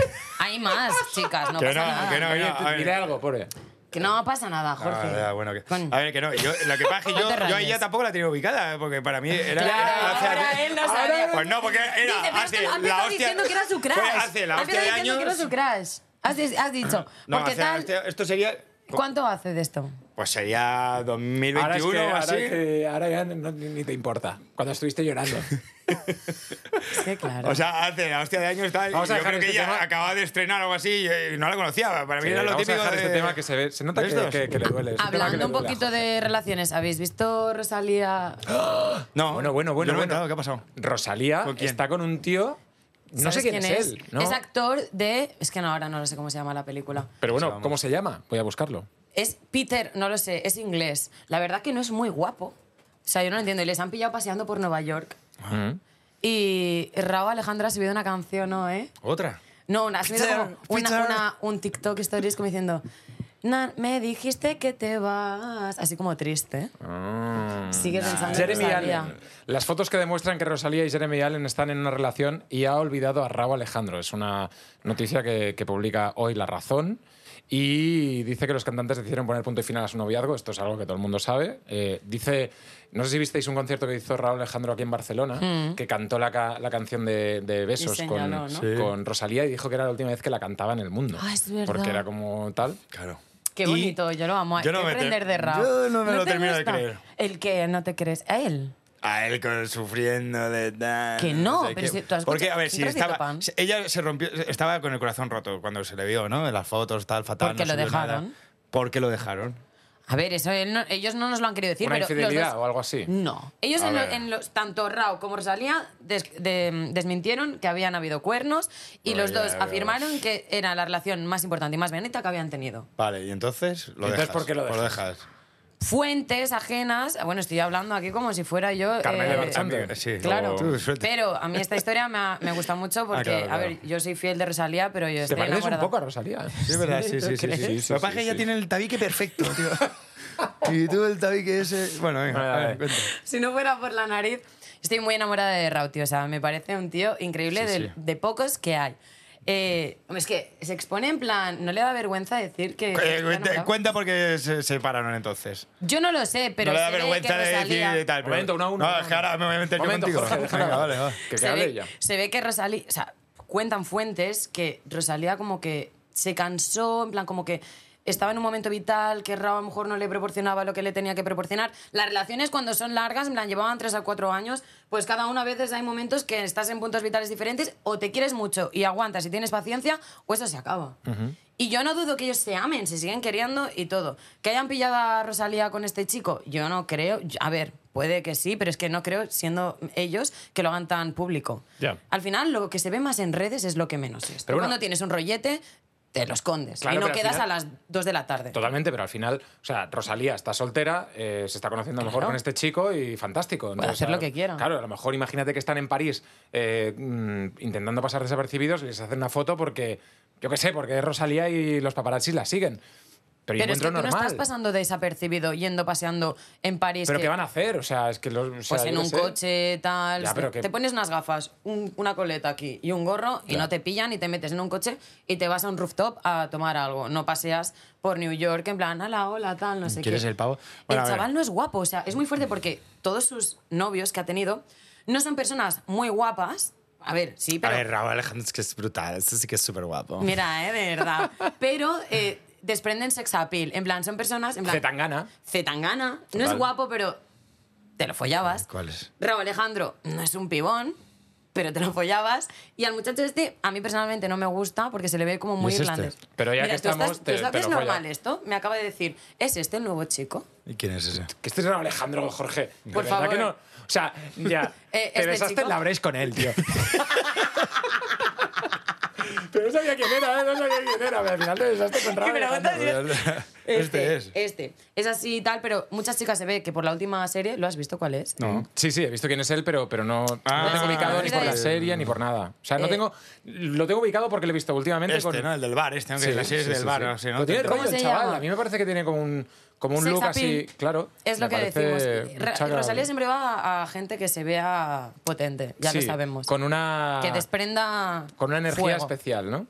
C: hay más, chicas, no
B: que
C: pasa
B: no,
C: nada.
B: que no,
A: Oye,
B: que no, a
A: te-
B: ver.
A: dile algo, pobre.
C: Que no pasa nada, Jorge.
B: Ah, ya, bueno, que-
C: Coño.
B: A ver, que no. Yo, lo que pasa es que
C: No te
B: yo, yo a ella
C: rayes.
B: tampoco la tenía ubicada, porque para mí era.
C: Claro,
B: era
C: ahora él no
B: ahora-
C: sabía.
B: Pues no, porque era.
C: Dice, pero es
B: hace
C: que ha
B: la
C: empezado
B: hostia,
C: diciendo que era su crush.
B: fue hace la hostia
C: Ha empezado
B: de
C: diciendo
B: años.
C: que era su crush. Has, di- has dicho,
B: no,
C: porque
B: hace la
C: tal...
B: hostia- esto sería.
C: ¿Cuánto hace de esto?
B: Pues sería 2021
A: Ahora, es que-
B: o
A: ahora
B: así.
A: es que- ahora ya no- ni, ni te importa. Cuando estuviste llorando.
C: Es que claro.
B: O sea, hace la hostia de años tal.
A: Vamos a
B: yo
A: dejar
B: creo que
A: este
B: ella
A: tema.
B: acababa de estrenar o algo así y, y no la conocía. Para mí
A: Sí,
B: era lo
A: vamos
B: típico
A: a dejar
B: de
A: este tema que se ve. Se nota
B: ¿De
A: que,
B: estos?
A: que- que le duele. es un tema que le
C: Hablando un
A: duele a
C: poquito de relaciones, ¿habéis visto Rosalía?
B: No.
A: Bueno, bueno, bueno.
B: Yo no me he
A: bueno.
B: enterado, ¿Qué ha pasado?
A: Rosalía
B: ¿Con quién?
A: está con un tío. No
C: ¿Sabes
A: sé quién, es, él. ¿no?
C: Es actor de... Es que no, ahora no lo sé cómo se llama la película.
A: Pero
B: Sí,
A: bueno,
B: vamos.
A: ¿cómo se llama? Voy a buscarlo.
C: Es Peter, no lo sé, es inglés. La verdad que no es muy guapo. O sea, yo no lo entiendo. Y les han pillado paseando por Nueva York. Y Raúl Alejandra ha subido una canción, ¿no? ¿Eh?
B: Otra.
C: No, una, ha subido
B: Peter,
C: como una-
B: Peter.
C: una- un TikTok Stories como diciendo... "Na- me dijiste que te vas. Así como triste. Sigue pensando en
A: Ah. Jeremy
C: Rosalía.
A: Allen. Las fotos que demuestran que Rosalía y Jeremy Allen están en una relación y ha olvidado a Raúl Alejandro. Es una noticia que, que publica hoy La Razón. Y dice que los cantantes decidieron poner punto y final a su noviazgo. Esto es algo que todo el mundo sabe. Eh, dice, no sé si visteis un concierto que hizo Raúl Alejandro aquí en Barcelona, que cantó la, ca- la canción de, de Besos
C: Mm. señaló,
A: con,
C: ¿no?
B: Sí.
A: con Rosalía y dijo que era la última vez que la cantaba en el mundo.
C: Ah, es verdad.
A: Porque era como tal.
B: Claro.
C: Qué
B: Y-
C: bonito, yo lo amo. Hay
B: Yo no
C: que
B: me te-
C: aprender de Raúl.
B: yo no me lo
C: te
B: termino de
C: gusta?
B: creer.
C: ¿El que no te crees? ¿A él?
B: A él con- sufriendo de tal.
C: Que no,
B: sé
C: pero
B: qué.
C: si tú has
B: Porque, a
C: escuchado-
B: ver, si
C: un trocito,
B: estaba.
C: Pan.
B: si- Ella se rompió, estaba con el corazón roto cuando se le vio, ¿no? En las fotos, tal, fatal.
C: Porque
B: no
C: lo
B: subió nada.
C: dejaron.
B: Porque lo dejaron.
C: A ver, eso él no- ellos no nos lo han querido decir,
A: Una
C: pero los
A: infidelidad
C: dos-
A: o algo así.
C: No. Ellos
B: A
C: en, lo-
B: ver.
C: en los tanto Rao como Rosalía des- de- desmintieron que habían habido cuernos y
B: Pero
C: los
B: ya
C: dos
B: veo.
C: afirmaron que era la relación más importante y más bonita que habían tenido.
B: Vale, y entonces lo
A: Entonces,
B: dejas.
A: ¿por qué lo
B: Pues
A: dejas?
C: Fuentes ajenas, ah, bueno, estoy hablando aquí como si fuera yo.
A: Carmen de
C: eh,
A: Barça.
B: Amiga, Sí,
C: Claro,
B: Tú, suelta. Ah,
C: pero a mí esta historia me ha, me gusta mucho porque,
B: claro, claro.
C: a ver, yo soy fiel de Rosalía, pero yo
A: ¿Te
C: estoy
A: pareces un
C: enamorada.
A: poco a Rosalía?
B: Sí, es verdad, sí,
C: ¿tú
B: sí, sí,
C: crees?
B: sí,
A: Sí,
B: sí. Lo que pasa es que
A: sí,
B: ella
A: sí.
B: tiene el tabique perfecto, tío. y tú el tabique ese. Bueno, venga,
A: Vale,
B: a
A: vale.
B: ver, cuenta.
C: Si no fuera por la nariz, estoy muy enamorada de Rauti, O sea, me parece un tío increíble
B: Sí,
C: del- de,
B: sí.
C: pocos que hay. Eh, hombre, es que se expone en plan, no le da vergüenza decir
B: Eh,
C: que. que está
B: Cuenta,
C: enamorado?
B: cuenta porque se separaron entonces.
C: Yo no lo sé, pero.
B: no le da
C: se ve
B: vergüenza
C: que
B: de decir
C: Rosalía-
B: y tal. pero-
A: Momento, uno a uno,
B: No,
A: uno a
B: es que ahora me voy a meter
A: Momento,
B: yo
A: Jorge,
B: contigo.
A: déjala.
B: Venga, vale, va.
A: Que, que
C: se,
A: hable
C: ve,
A: ella.
C: se ve que Rosalía, o sea, cuentan fuentes que Rosalía como que se cansó, en plan como que estaba en un momento vital, que Raúl a lo mejor no le proporcionaba lo que le tenía que proporcionar. Las relaciones cuando son largas, en plan llevaban tres a cuatro años, pues cada uno a veces hay momentos que estás en puntos vitales diferentes o te quieres mucho y aguantas y tienes paciencia o eso se acaba. Y yo no dudo que ellos se amen, se siguen queriendo y todo. Que hayan pillado a Rosalía con este chico, yo no creo. Yo- A ver, puede que sí, pero es que no creo, siendo ellos, que lo hagan tan público.
A: Ya.
C: Al final, lo que se ve más en redes es lo que menos es. Tú
A: Pero bueno-
C: cuando tienes un rollete, te lo escondes.
A: Claro,
C: y no
A: pero al
C: quedas
A: final-
C: a las 2 de la tarde.
A: Totalmente, pero al final, o sea, Rosalía está soltera, eh, se está conociendo a lo mejor
C: Claro.
A: con este chico y fantástico. Entonces,
C: hacer
A: a-
C: lo que quiera.
A: Claro, a lo mejor imagínate que están en París eh, mm, intentando pasar desapercibidos y les hacen una foto porque, yo qué sé, porque es Rosalía y los paparazzis la siguen. Pero, yo
C: Pero es que
A: encuentro
C: tú no
A: normal.
C: estás pasando desapercibido yendo paseando en París.
A: pero
C: que-
A: ¿qué van a hacer? O sea, es que los. o sea,
C: Pues en
A: yo qué
C: un
A: sé.
C: coche, tal.
A: Ya, pero que-
C: Te pones unas gafas, un- una coleta aquí y un gorro y
A: Ya.
C: no te pillan y te metes en un coche y te vas a un rooftop a tomar algo. No paseas por New York en plan, hola, hola, tal,
A: Mm,
C: no sé
B: ¿Quieres
C: qué.
B: el pavo? Bueno, a
C: el
B: ver.
C: chaval no es guapo, o sea, es muy fuerte porque todos sus novios que ha tenido no son personas muy guapas. A ver, sí,
B: A
C: pero.
B: ver, Raúl Alejandro, es que es brutal. Este sí que es súper guapo.
C: Mira, eh, de verdad. Pero eh, desprenden sex appeal. En plan, son personas. En plan,
A: Zetangana.
C: Zetangana. No
B: Total.
C: es guapo, pero te lo follabas.
B: ¿Cuál es?
C: Raúl Alejandro no es un pibón, pero te lo follabas. Y al muchacho este, a mí personalmente no me gusta porque se le ve como muy
B: ¿Y es este?
C: irlandés.
A: Pero ya
C: Mira,
A: que
C: tú
A: estamos,
C: estás-
A: te-
C: tú estás-
A: te lo
C: ¿Es
A: follas.
C: normal esto? Me acaba de decir, ¿es este el nuevo chico?
B: ¿Y quién es ese?
A: Que este es Alejandro Jorge. De
C: Por
A: verdad
C: favor.
A: que no. O sea, ya.
C: Eh,
A: te
C: este
A: besaste
C: chico.
A: en la brecha con él, tío. Pero no sabía quién era, ¿eh? No sabía quién era. Pero al final te besaste con Raúl.
C: me preguntas
A: Alejandro.
C: si-
B: Este es.
C: Este. Es así y tal, pero muchas chicas se ve que por la última serie, ¿lo has visto cuál es?
B: No.
A: Sí, sí, he visto quién es él, pero, pero no,
B: Ah.
A: no tengo ubicado ni por la
C: Eh,
A: serie ni por nada. O sea, no
C: eh.
A: tengo. Lo tengo ubicado porque lo he visto últimamente
B: Este,
A: con.
B: ¿no? El del bar, este, aunque
A: Sí,
B: la
A: sí,
B: serie es del
A: sí,
B: bar,
A: sí.
B: no sé, ¿no?
A: Pero tiene
B: Te-
A: rollo
C: ¿Cómo
A: el
C: se
A: chaval.
C: llama?
A: A mí me parece que tiene como un, como un
C: Sex
A: look así.
C: appeal.
A: Claro.
C: Es lo
A: Me
C: que
A: parece
C: decimos. eh,
A: un
C: Ra-
A: chaval-
C: Rosalía siempre va a gente que se vea potente, ya lo
A: Sí,
C: sabemos.
A: Con una.
C: Que desprenda.
A: Con una energía
C: fuego. Mm.
A: especial, ¿no?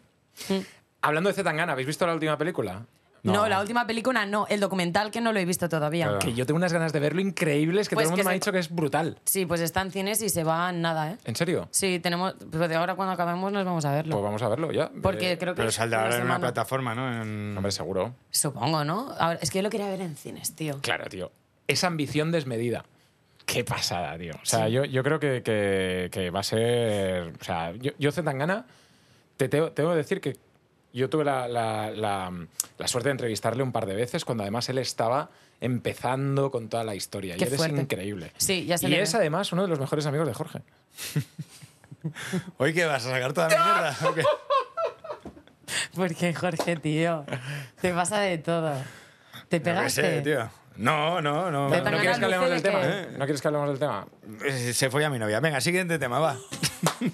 A: Hablando de Zetangana, ¿habéis visto la última película?
C: No. la última película no, el documental que no lo he visto todavía.
B: Claro.
A: Que yo tengo unas ganas de verlo increíbles, que
C: Pues
A: todo el mundo
C: que
A: me ha
C: se-
A: dicho que es brutal.
C: Sí, pues está en cines y se va en nada, ¿eh?
A: ¿En serio?
C: Sí, tenemos. Pues de ahora cuando acabemos nos vamos a verlo.
A: Pues vamos a verlo ya.
C: Porque
A: Eh,
C: creo que.
B: Pero
C: es
B: saldrá
C: una
B: ahora en una
C: semana.
B: plataforma, ¿no? En-
A: Hombre, seguro.
C: Supongo, ¿no? Ahora- es que yo lo quería ver en cines, tío.
A: Claro, tío. Esa ambición desmedida. Qué pasada, tío. O sea, yo, yo creo que, que- que va a ser. O sea, yo, yo Zetangana, te tengo, tengo que decir que yo tuve la, la- la- la suerte de entrevistarle un par de veces cuando además él estaba empezando con toda la historia.
C: Qué
A: y eres
C: fuerte.
A: increíble.
C: Sí, ya se
A: Y
C: le
A: es
C: ve.
A: además uno de los mejores amigos de Jorge.
B: ¿Hoy qué vas a sacar
C: ¡Ah!
B: toda la mierda? ¿O qué?
C: Porque Jorge, tío, te pasa de todo. Te
B: Yo qué
C: pegaste.
B: sé, tío. No, no, no.
A: ¿No
C: Te Zetangana
A: quieres que hablemos del
C: dice
A: tema? ¿eh?
C: que-
A: ¿No quieres que hablemos del tema?
B: Eh, Se fue a mi novia. Venga, siguiente tema, va.
C: Un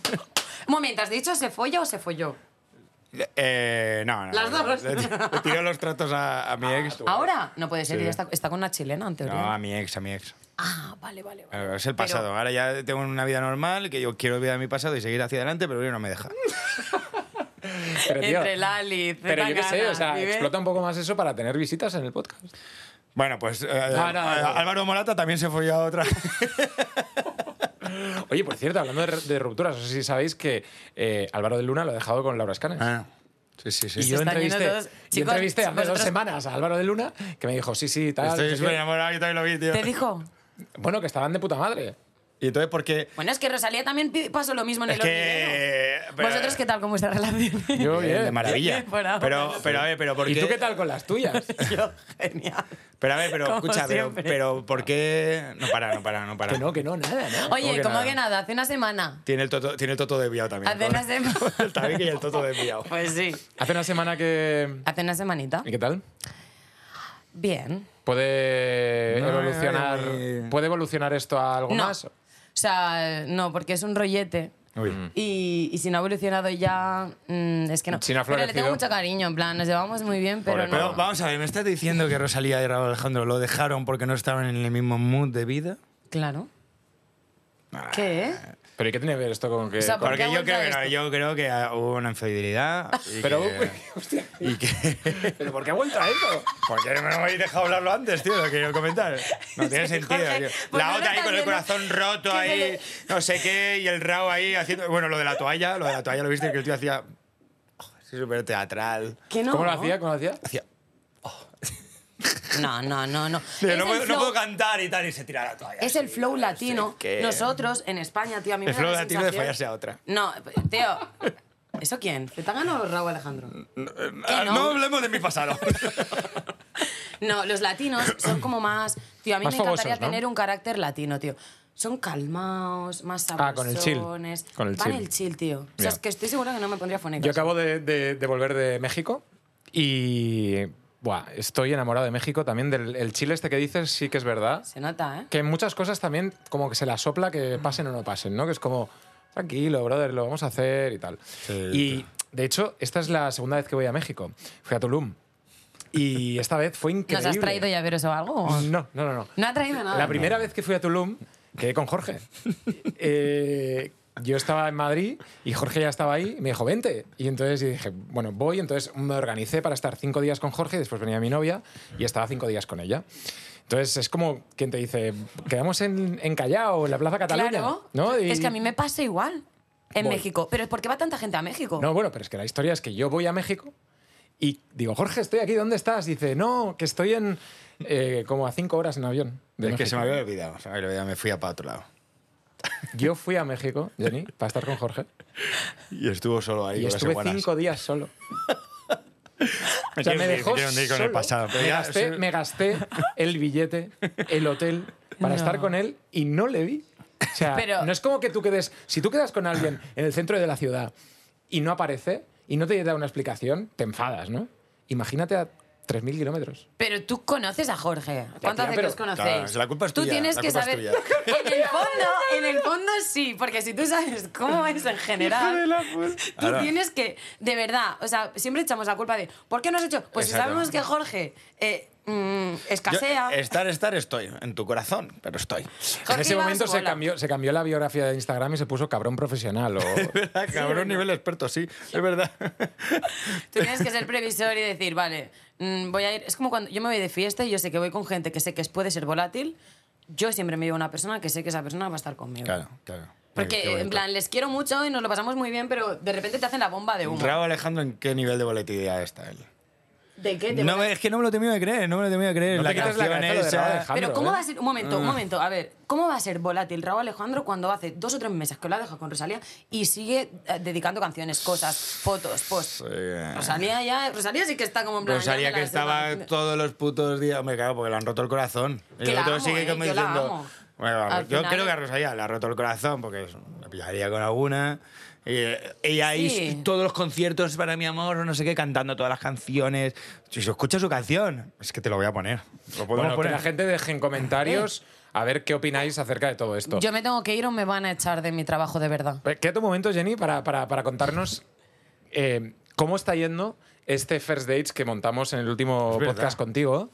C: momento, ¿has dicho se folla o se folló?
B: Eh, no, no.
C: Las dos. Ah,
B: Le, le tiró los tratos a, a mi ex.
C: ¿Ahora? No puede ser,
B: Sí.
C: ya está, está con una chilena, en teoría.
B: No, a mi ex, a mi ex.
C: Ah, vale, vale, vale.
B: Claro, Es el pasado. Ahora ya tengo una vida normal, que yo quiero olvidar mi pasado y seguir hacia adelante, pero yo no me deja.
A: Pero, tío,
C: Entre Lali,
A: pero yo qué sé, o sea,
C: Zetangana, Vive-
A: explota un poco más eso para tener visitas en el podcast.
B: Bueno, pues eh,
A: No, no, no.
B: Álvaro Morata también se fue a otra.
A: Oye, por cierto, hablando de, de rupturas, no sé si sabéis que eh, Álvaro de Luna lo ha dejado con Laura Escanes.
B: Ah, sí, sí, sí.
A: Y yo
C: Se están
A: entrevisté,
C: yendo todos-
A: yo
C: Chicos,
A: entrevisté hace
C: vosotros-
A: dos semanas a Álvaro de Luna, que me dijo, sí, sí, tal. no
B: Estoy
A: sé
B: súper
A: qué.
B: enamorado, yo también lo vi, tío.
C: ¿Te dijo?
A: Bueno, que estaban de puta madre.
B: Y entonces, ¿por qué?
C: Bueno, es que Rosalía también pi- pasó lo mismo en
B: Es
C: el hormiguero.
B: que... pero-
C: ¿Vosotros qué tal con vuestra relación?
A: Yo
B: Bien,
A: bien.
B: de maravilla.
C: Bien, por ahora.
B: Pero, pero a ver, pero ¿por
A: ¿Y
B: qué?
A: tú qué tal con las tuyas?
C: Yo, genial.
B: Pero a ver, pero
C: Como
B: escucha, pero,
C: siempre.
B: pero ¿por qué? No para, no para, no para.
A: que no, que no, nada, ¿no?
B: ¿Cómo
C: Oye,
B: que
C: ¿cómo
B: nada?
C: que nada? Hace una semana.
B: Tiene el toto, tiene el toto desviado también.
C: Hace una semana.
B: el tabique y el toto desviado.
C: Pues sí.
A: Hace una semana que...
C: Hace una semanita.
A: ¿Y qué tal?
C: Bien.
A: ¿Puede
B: No,
A: evolucionar
B: ay.
A: puede evolucionar esto a algo
C: No.
A: más?
C: O sea, no, porque es un rollete.
B: Uy.
A: Mm.
C: Y, y si no ha evolucionado ya, mm, es que no.
A: Si no ha
C: pero le tengo
A: florecido.
C: mucho cariño, en plan, nos llevamos muy bien, pero
A: Pobre,
C: no.
B: Pero vamos a ver, ¿me estás diciendo que Rosalía y Raúl Alejandro lo dejaron porque no estaban en el mismo mood de vida?
C: Claro.
B: Ah.
C: ¿Qué?
A: ¿Pero y qué tiene que ver esto con que...?
C: O sea,
A: con-
C: ¿Por
B: Porque
C: qué ha
B: yo
C: vuelto
B: creo,
C: a
B: que no,
C: esto?
B: yo creo que ah, hubo una infidelidad. y
A: Pero,
B: que-
A: hostia,
B: y que...
A: ¿pero por qué ha vuelto a eso?
B: Porque no me habéis dejado hablarlo antes, tío, lo quería comentar. No tiene sentido,
C: Jorge,
B: tío.
C: pues
B: La
C: no
B: otra ahí con el
C: también, ¿no?
B: corazón roto,
C: Que
B: ahí,
C: me le-
B: no sé qué, y el Rao ahí haciendo. Bueno, lo de la toalla, lo de la toalla, lo viste que el tío hacía. Joder, soy súper teatral.
C: ¿Que no?
A: ¿Cómo lo hacía? ¿Cómo lo hacía?
B: Hacía.
C: No, no, no, no.
B: tío,
C: Es
B: no,
C: el
B: puedo, no
C: flow.
B: puedo cantar y tal, y se tira la toalla.
C: Es el
B: así,
C: flow
B: no sé
C: latino.
B: qué.
C: Nosotros en España, tío, a mí
B: El
C: me da
B: flow
C: la
B: latino de
C: sensación-
B: fallarse a otra.
C: No, tío. ¿Eso quién? ¿Zetangana o Raúl Alejandro?
B: Ah,
C: no?
B: No hablemos de mi pasado.
C: No, los latinos son como más. Tío, a mí
A: Más
C: me encantaría
A: fogosos, ¿no?
C: tener un carácter latino, tío. Son calmados, más
A: Ah, con el chill.
C: sabrosones.
A: Con el
C: Van
A: chill.
C: el chill, tío. O
A: Ya.
C: sea, es que estoy segura que no me pondría fónica.
A: Yo acabo de, de- de volver de México y buah, estoy enamorado de México también. Del el chile este que dices sí que es verdad.
C: Se nota, ¿eh?
A: Que en muchas cosas también como que se la sopla que pasen o no pasen, ¿no? Que es como, tranquilo, brother, lo vamos a hacer y tal. y de hecho, esta es la segunda vez que voy a México. Fui a Tulum. Y esta vez fue increíble.
C: ¿Nos has traído llaveros o algo? o-
A: No, no, no. no.
C: No ha traído nada.
A: La primera vez que fui a Tulum, quedé con Jorge. Eh, yo estaba en Madrid y Jorge ya estaba ahí y me dijo, vente. Y entonces yo dije, bueno, voy. Entonces me organicé para estar cinco días con Jorge y después venía mi novia y estaba cinco días con ella. Entonces es como quien te dice, quedamos en, en Callao, en la Plaza Cataluña.
C: Claro.
A: ¿no? Y-
C: Es que a mí me pasa igual en
A: Voy.
C: México. Pero ¿por qué va tanta gente a México?
A: No, bueno, pero es que la historia es que yo voy a México y digo, Jorge, estoy aquí, ¿dónde estás? Dice, no, que estoy en eh, como a cinco horas en avión. de
B: es que se
A: México.
B: me había olvidado. Se me había olvidado, me fui a para otro lado.
A: Yo fui a México, Jenny, para estar con Jorge.
B: Y estuvo solo ahí
A: Y
B: con las
A: estuve
B: iguanas.
A: cinco días solo. O
B: Me
A: sea,
B: quiero
A: me
B: hundir,
A: dejó
B: me quiero hundir con el
A: solo.
B: pasado. Pero
A: Me
B: ya,
A: gasté,
B: sí.
A: me gasté el billete, el hotel, para
C: No.
A: estar con él y no le vi. O sea,
C: Pero-
A: no es como que tú quedes... Si tú quedas con alguien en el centro de la ciudad y no aparece y no te da una explicación, te enfadas, ¿no? Imagínate a 3.000 kilómetros.
C: Pero tú conoces a Jorge. ¿Cuánto
A: tía,
C: hace que
A: pero-
C: os conocéis?
B: Claro, la culpa es
C: Tú
B: tuya,
C: tienes
B: la
C: que
B: culpa es
C: saber.
B: tuya.
C: En el fondo, en el fondo sí, porque si tú sabes cómo es en general, tú
B: Ahora.
C: tienes que, de verdad, o sea, siempre echamos la culpa de ¿por qué no has hecho? Pues si
B: Exacto.
C: sabemos que Jorge eh, mm,
B: Yo-
C: escasea.
B: estar, estar, estoy. En tu corazón, pero estoy.
C: Jorge
A: en ese
C: iba a
A: momento se
C: sola.
A: cambió, se cambió la biografía de Instagram y se puso cabrón profesional. O...
B: Ah, Cabrón, nivel experto, sí. Es verdad.
C: Tú tienes que ser previsor y decir, vale, mm, voy a ir. Es como cuando yo me voy de fiesta y yo sé que voy con gente que sé que puede ser volátil. Yo siempre me llevo a una persona que sé que esa persona va a estar conmigo.
B: Claro, claro. Qué
C: Porque,
B: bonito.
C: en plan, les quiero mucho y nos lo pasamos muy bien, pero de repente te hacen la bomba de humo.
B: Raúl Alejandro, ¿en qué nivel de volatilidad está él?
C: ¿De qué? ¿De
B: No,
C: volar?
B: me- es que no me lo he tenido de creer, no me lo he tenido de creer.
A: No te
B: la
A: quites la
B: canción
A: cabeza lo de Raúl
B: esa-
A: Alejandro.
C: Pero ¿cómo
A: ¿eh?
C: va a ser, un momento,
B: Ah.
C: un momento, a ver, ¿cómo va a ser volátil Raúl Alejandro cuando hace dos o tres meses que lo ha dejado con Rosalía y sigue eh, dedicando canciones, cosas, fotos, posts?
B: eh.
C: Rosalía ya, Rosalía sí que está como en plan...
B: Rosalía
C: ya me
B: Pues que
C: la sé,
B: estaba
C: va.
B: todos los putos días. Hombre, claro, porque le han roto el corazón. Y
C: Que
B: el
C: la
B: otro
C: amo,
B: sigue
C: eh,
B: como
C: yo la
B: diciendo.
C: amo.
B: Bueno, vamos,
C: Al
B: yo
C: final-
B: creo que a Rosalía le ha roto el corazón porque es- la pillaría con alguna. Y, eh, ella
C: Sí.
B: hizo todos los conciertos para mi amor, o no sé qué, cantando todas las canciones. Si se escucha su canción, es que te lo voy a poner. Lo podemos
A: Bueno, que
B: poner. Eh.
A: la gente deje en comentarios a ver qué opináis acerca de todo esto.
C: Yo me tengo que ir o me van a echar de mi trabajo de verdad.
A: Eh, Quédate un momento, Jenny, para, para- para contarnos eh, cómo está yendo este First Dates que montamos en el último
B: Es verdad.
A: podcast contigo.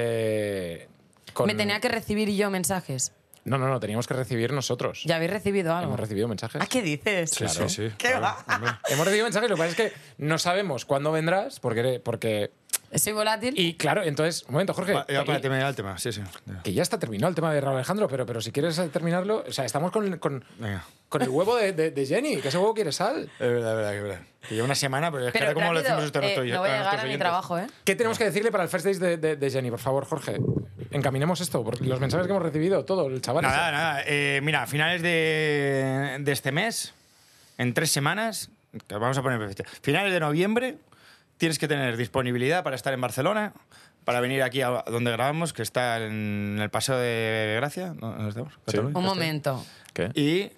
A: eh, con-
C: Me tenía que recibir yo mensajes.
A: No, no, no, teníamos que recibir nosotros.
C: ¿Ya habéis recibido algo?
A: Hemos recibido mensajes.
C: ¿Ah, qué dices?
A: Sí, Claro. sí, sí.
C: ¿Qué va?
A: Hemos recibido mensajes, lo que pasa es que no sabemos cuándo vendrás, porque... eres- porque...
C: Soy volátil.
A: Y claro, entonces, un momento, Jorge.
B: Va- Ya,
A: eh,
B: para terminar el tema, sí, sí. ya.
A: que ya está terminado el tema de Raúl Alejandro, pero, pero si quieres terminarlo, o sea, estamos con, con,
B: Venga.
A: con el huevo de, de- de Jenny, que ese huevo quiere sal.
B: Es verdad, es verdad, es verdad. Que lleva una semana, pero es que
C: Pero
B: ahora como lo
C: rápido,
B: decimos este
C: eh,
B: rato.
C: no voy a llegar a mi trabajo, ¿eh?
A: ¿Qué tenemos que decirle para el first date de, de- de Jenny? Por favor, Jorge, encaminemos esto, porque los mensajes que hemos recibido, todo, el chaval.
B: Nada, nada. Eh, mira, a finales de, de este mes, en tres semanas, que vamos a poner fecha, finales de noviembre, tienes que tener disponibilidad para estar en Barcelona, para venir aquí a donde grabamos, que está en el Paseo de Gracia. ¿no? ¿Dónde estamos? Cataluña.
C: Un momento.
A: ¿Qué?
B: Y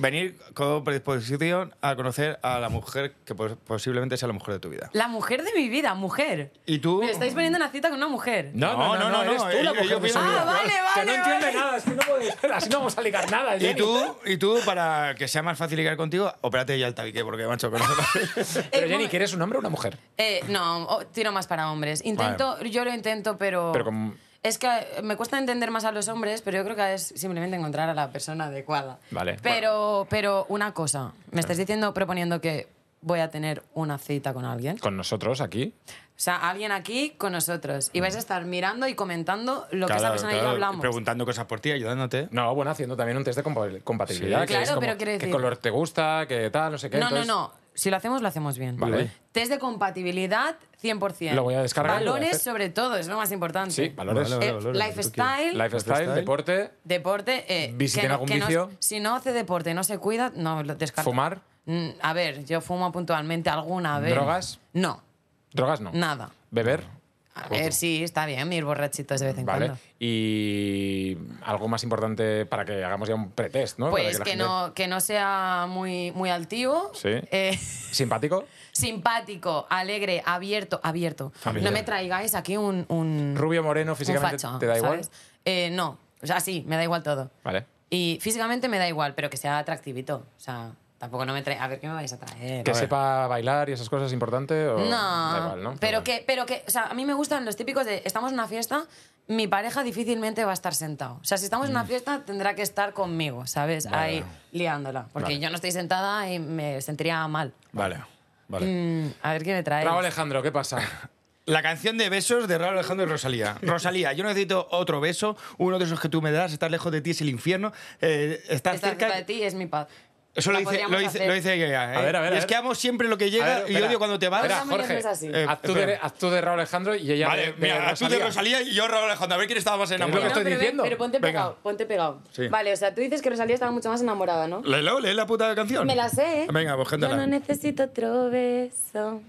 B: venir con predisposición a conocer a la mujer que pos- posiblemente sea la mujer de tu vida.
C: La mujer de mi vida, mujer.
B: ¿Y tú?
C: Me estáis poniendo una cita con una mujer.
A: Uh. No, no, no, no,
B: no,
A: eres
B: no, eh,
A: tú la
B: ellos-
A: mujer
B: ellos
A: de su
B: piensan-
A: vida.
C: Ah, vale,
A: Que no
C: vale,
A: entiende
C: vale.
A: nada, es que no puede ser, así no vamos a ligar nada,
B: ¿Y
A: Jenny.
B: tú, y tú, para que sea más fácil ligar contigo, opérate ya el tabique, porque macho, con eso-
A: Pero
C: Eh,
A: Jenny,
C: momen-
A: ¿quieres un hombre o una mujer?
C: Eh, no, o- tiro más para hombres. Intento, yo lo intento, pero.
A: Pero como-
C: Es que eh, me cuesta entender más a los hombres, pero yo creo que es simplemente encontrar a la persona adecuada.
A: Vale.
C: Pero, pero una cosa, me estás diciendo, proponiendo que voy a tener una cita con alguien.
A: Con nosotros aquí.
C: O sea, alguien aquí con nosotros. Y vais
A: Mm.
C: a estar mirando y comentando lo que esa
B: Claro,
C: persona y yo
B: claro,
C: hablamos.
B: Preguntando cosas por ti, ayudándote.
A: No, bueno, haciendo también un test de compa- compatibilidad.
B: Sí,
A: que
C: claro,
A: es como,
C: pero quiero
A: ¿Qué
C: decir-
A: color te gusta? ¿Qué tal? No sé qué.
C: No,
A: entonces-
C: no, no. Si lo hacemos, lo hacemos bien.
A: Vale.
C: Test de compatibilidad, 100%.
A: Lo voy a descargar y lo voy a
C: Valores,
A: hacer.
C: sobre todo, es lo más importante.
A: Sí, valores.
B: Vale, vale,
C: Eh,
B: valores, lo que tú quieras.
C: lifestyle,
A: Lifestyle,
B: Lifestyle.
A: deporte,
C: deporte. Eh,
A: Visiten
C: no-
A: algún
C: no-
A: vicio.
C: si no hace deporte, no se cuida, no lo descarta.
A: fumar.
C: Mm, A ver, yo fumo puntualmente alguna vez.
A: ¿Drogas?
C: No,
A: Drogas no.
C: nada.
A: Beber.
C: A ver, sí, está bien ir borrachitos de vez en
A: Vale.
C: cuando.
A: Y algo más importante para que hagamos ya un pretest, ¿no? Para
C: Pues que,
A: la gente-
C: no, que no sea muy, muy altivo.
A: Sí.
C: Eh,
A: Simpático.
C: simpático, alegre, abierto, abierto.
B: Familiar.
C: No me traigáis aquí un, un
A: Rubio, moreno,
C: un
A: físicamente.
C: facho,
A: ¿Te da igual?
C: ¿sabes? Eh, no, o sea, sí, me da igual todo.
A: Vale.
C: Y físicamente me da igual, pero que sea atractivito, o sea, tampoco no me trae, a ver qué me vais a traer.
A: Que
B: ver.
A: sepa bailar y esas cosas es importante. O...
C: No,
A: Da igual, ¿no?
C: pero que, pero que, o sea, a mí me gustan los típicos de estamos en una fiesta, mi pareja difícilmente va a estar sentado. O sea, si estamos en una
A: Mm.
C: fiesta tendrá que estar conmigo, ¿sabes? Ahí liándola, porque
B: Vale.
C: yo no estoy sentada y me sentiría mal.
B: Vale, vale.
C: Mm, a ver qué me trae.
A: Raúl Alejandro, ¿qué pasa?
B: La canción de besos de Raúl Alejandro y Rosalía. Rosalía, yo necesito otro beso, uno de esos que tú me das, estar lejos de ti es el infierno, eh, estar
C: Estar cerca
B: cerca...
C: de ti es mi paz.
B: Eso lo
C: La
B: dice, lo
C: podríamos
B: dice,
C: hacer.
B: lo dice Ikea, ¿eh?
A: A ver, a ver,
B: Y
A: a
B: es
A: ver.
B: que amo siempre lo que
A: A
B: llega
A: ver,
B: y
A: espera,
B: odio cuando te vas.
A: espera,
C: Esa mañana
A: Jorge,
C: es así.
A: eh, haz, tú de,
B: espera.
A: haz tú de Raúl Alejandro y ella
B: Vale,
A: de, de
B: mira, tú de
A: Rosalía.
B: Rosalía y yo Raúl Alejandro. A ver quién estaba más
A: lo que
B: enamorado.
A: estoy
C: pero, ven,
A: diciendo.
C: pero ponte
A: Venga.
C: pegado, ponte pegado.
B: Sí.
C: Vale, o sea, tú dices que Rosalía estaba mucho más enamorada, ¿no?
B: Léelo, lee la puta canción.
C: Me la sé. ¿eh?
B: Venga, pues
C: Yo no
B: cántala.
C: necesito otro beso.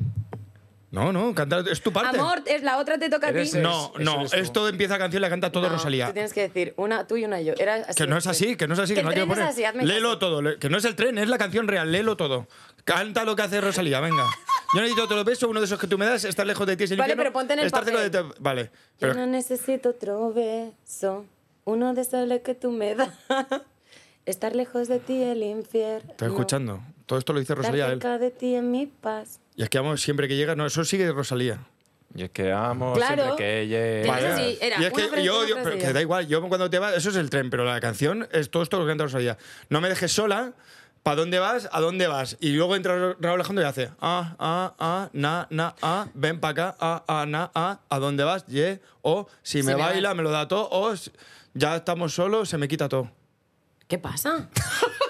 B: No, no, cántala. Es tu parte.
C: Amor, es la otra te toca a ti.
A: Eres-
B: No,
A: Eso
B: no,
A: eres tú.
B: esto empieza canción y la canta todo
C: No,
B: Rosalía.
C: Tú tienes que decir una tú y una yo. Era así,
B: Que no es así, que no es así, que
C: el
B: no hay que
C: tren es
B: poner.
C: así, hazme
B: léelo
C: caso.
B: todo, le- que no es el tren, es la canción real, léelo todo. Canta lo que hace Rosalía, venga. Yo necesito otro beso, uno de esos que tú me das, estar lejos de ti es el
C: Vale,
B: infierno,
C: pero ponte en el
B: estar cerca
C: papel.
B: de ti- Vale,
C: Yo
B: pero
C: no necesito otro beso. Uno de esos que tú me das. Estar lejos de ti el infierno.
B: estoy escuchando. Todo esto lo dice
C: Estar
B: Rosalía. él.
C: cerca de ti en mi paz.
B: Y es que amo siempre que llega, no, eso sigue de Rosalía.
A: Y es que amo
C: Claro.
A: siempre que ella...
C: Vale. Eso sí, era
B: y es
C: una
B: que
C: frase,
B: yo
C: una
B: odio,
C: frase
B: pero
C: ya.
B: que da igual, yo cuando te vas, eso es el tren, pero la canción es todo esto lo que canta Rosalía. No me dejes sola, ¿para dónde vas? ¿A dónde vas? Y luego entra Ra- Raúl Alejandro y hace, ah, ah, ah, na, na, ah, ven para acá, ah, ah, na, ah, ¿a dónde vas? Ye, o si me
C: me
B: baila,
C: va.
B: me lo da todo, o si- ya estamos solos, se me quita todo.
C: ¿Qué pasa?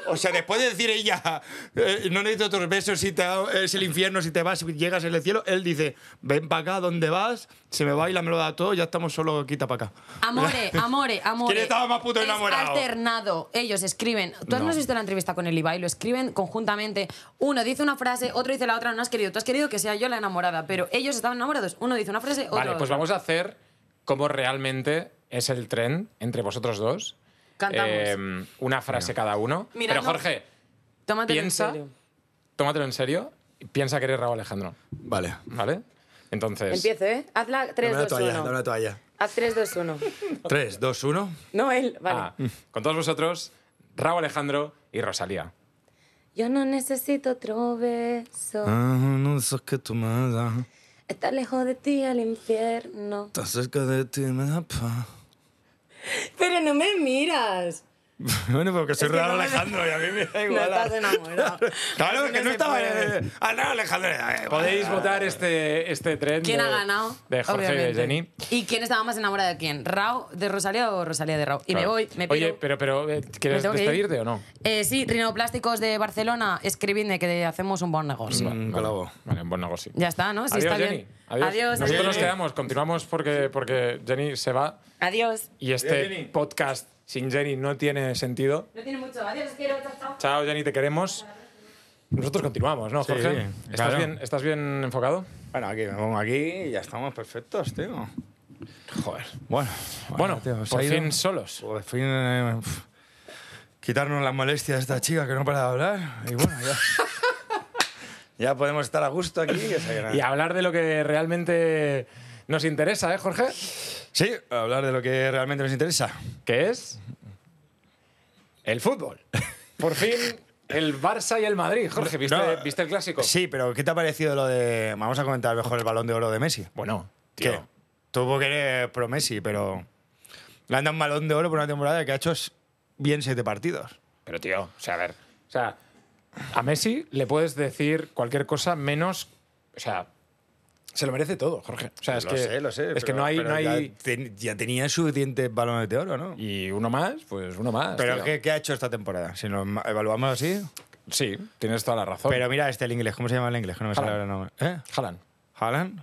B: O sea, después de decir ella, eh, no necesito otros besos, si te, es el infierno, si te vas, si llegas en el cielo, él dice, ven para acá, ¿dónde vas? Se me baila, me lo da todo, ya estamos solos, quita para acá.
C: Amore, amore, amore.
B: ¿Quién estaba más puto
C: Es
B: enamorado?
C: alternado. Ellos escriben. Tú no. has visto la entrevista con el Ibai, lo escriben conjuntamente. Uno dice una frase, otro dice la otra. No has querido. Tú has querido que sea yo la enamorada, pero ellos estaban enamorados. Uno dice una frase, otro.
A: Vale, pues
C: otra.
A: vamos a hacer cómo realmente es el tren entre vosotros dos.
C: Cantamos.
A: Eh, una frase cada uno.
C: Mira,
A: Pero
C: no.
A: Jorge,
C: Tómatelo en
A: piensa-
C: serio.
A: tómatelo en serio. y Piensa que eres Raúl Alejandro,
B: Vale.
A: ¿vale? Entonces...
C: Empiezo, ¿eh? Hazla 3,
B: Dame una
C: 2,
B: toalla, dame
C: 1.
B: una toalla.
C: Haz 3, 2, 1.
B: 3, 2, 1.
C: No, él. Vale.
A: Ah, con todos vosotros, Raúl Alejandro y Rosalía.
C: Yo no necesito otro beso.
B: Ah, No sé que tú me das,
C: Estar lejos de ti al infierno.
B: estás cerca de ti me da paz.
C: Pero no me miras.
B: Bueno, porque soy
C: Es que
B: Raúl
C: no me-
B: Alejandro y a mí me da
C: No
B: igual.
C: estás enamorado.
B: Claro, es que
C: Así
B: no
C: se
B: estaba.
C: puede.
B: eh, Al Raúl Alejandro. eh,
A: Podéis
B: bueno.
A: votar este, este tren.
C: ¿Quién
A: de-
C: ha ganado?
A: De Jorge y
C: Obviamente.
A: de Jenny.
C: ¿Y quién estaba más enamorada de quién? ¿Rao de Rosalía o Rosalía de Rao? Y
A: Claro.
C: me voy, me
A: Oye,
C: piro.
A: pero, pero eh, ¿quieres
C: Me tengo que ir.
A: despedirte o no?
C: Eh, sí, Rinoplásticos de Barcelona, escribidme que hacemos un buen negocio.
B: Mm, clavo.
A: Vale, buen negocio.
C: Ya está, ¿no? Sí,
A: Mm. Adiós,
C: está
A: Jenny.
C: bien.
A: Adiós.
C: Adiós.
A: Nosotros nos
C: adiós.
A: quedamos, continuamos porque, porque Jenny se va
C: Adiós.
A: y este podcast sin Jenny no tiene sentido.
C: No tiene mucho. Adiós, os quiero. Chao, chao.
A: Chao, Jenny, te queremos. Nosotros continuamos, ¿no,
B: Sí,
A: Jorge?
B: sí,
A: ¿Estás,
B: claro.
A: bien, ¿Estás bien enfocado?
B: Bueno, aquí me pongo aquí y ya estamos perfectos, tío.
A: Joder.
B: Bueno,
A: Bueno,
B: tío, se
A: por
B: ha ido.
A: fin solos.
B: Por fin. eh, pf, quitarnos las molestias de esta chica que no para de hablar. Y bueno, ya. ya podemos estar a gusto aquí. o sea que nada.
A: Y hablar de lo que realmente nos interesa, ¿eh, Jorge?
B: Sí, hablar de lo que realmente nos interesa.
A: Que es el fútbol. Por fin, el Barça y el Madrid. Jorge, ¿viste,
B: No,
A: ¿viste el clásico?
B: Sí, pero ¿qué te ha parecido lo de. Vamos a comentar mejor el balón de oro de Messi?
A: Bueno, tío.
B: Que tuvo que ser pro Messi, pero. Le han dado un balón de oro por una temporada que ha hecho s- bien siete partidos.
A: Pero, tío, o sea, a ver. O sea, a Messi le puedes decir cualquier cosa menos. O sea, se lo merece todo, Jorge. O sea, es
B: lo
A: que.
B: sé, lo sé.
A: Es
B: pero-
A: que no hay.
B: pero
A: No hay
B: Ya, ten- ya tenía suficientes balones de oro, ¿no?
A: Y uno más, pues uno más.
B: Pero
A: tío.
B: ¿qué, qué ha hecho esta temporada? Si nos ma- evaluamos así.
A: Sí, tienes toda la razón.
B: Pero mira, este el inglés, ¿cómo se llama el inglés? Que No me sale ahora
A: Haaland.
B: el nombre. ¿Eh?
A: Jalan.
B: ¿Haaland?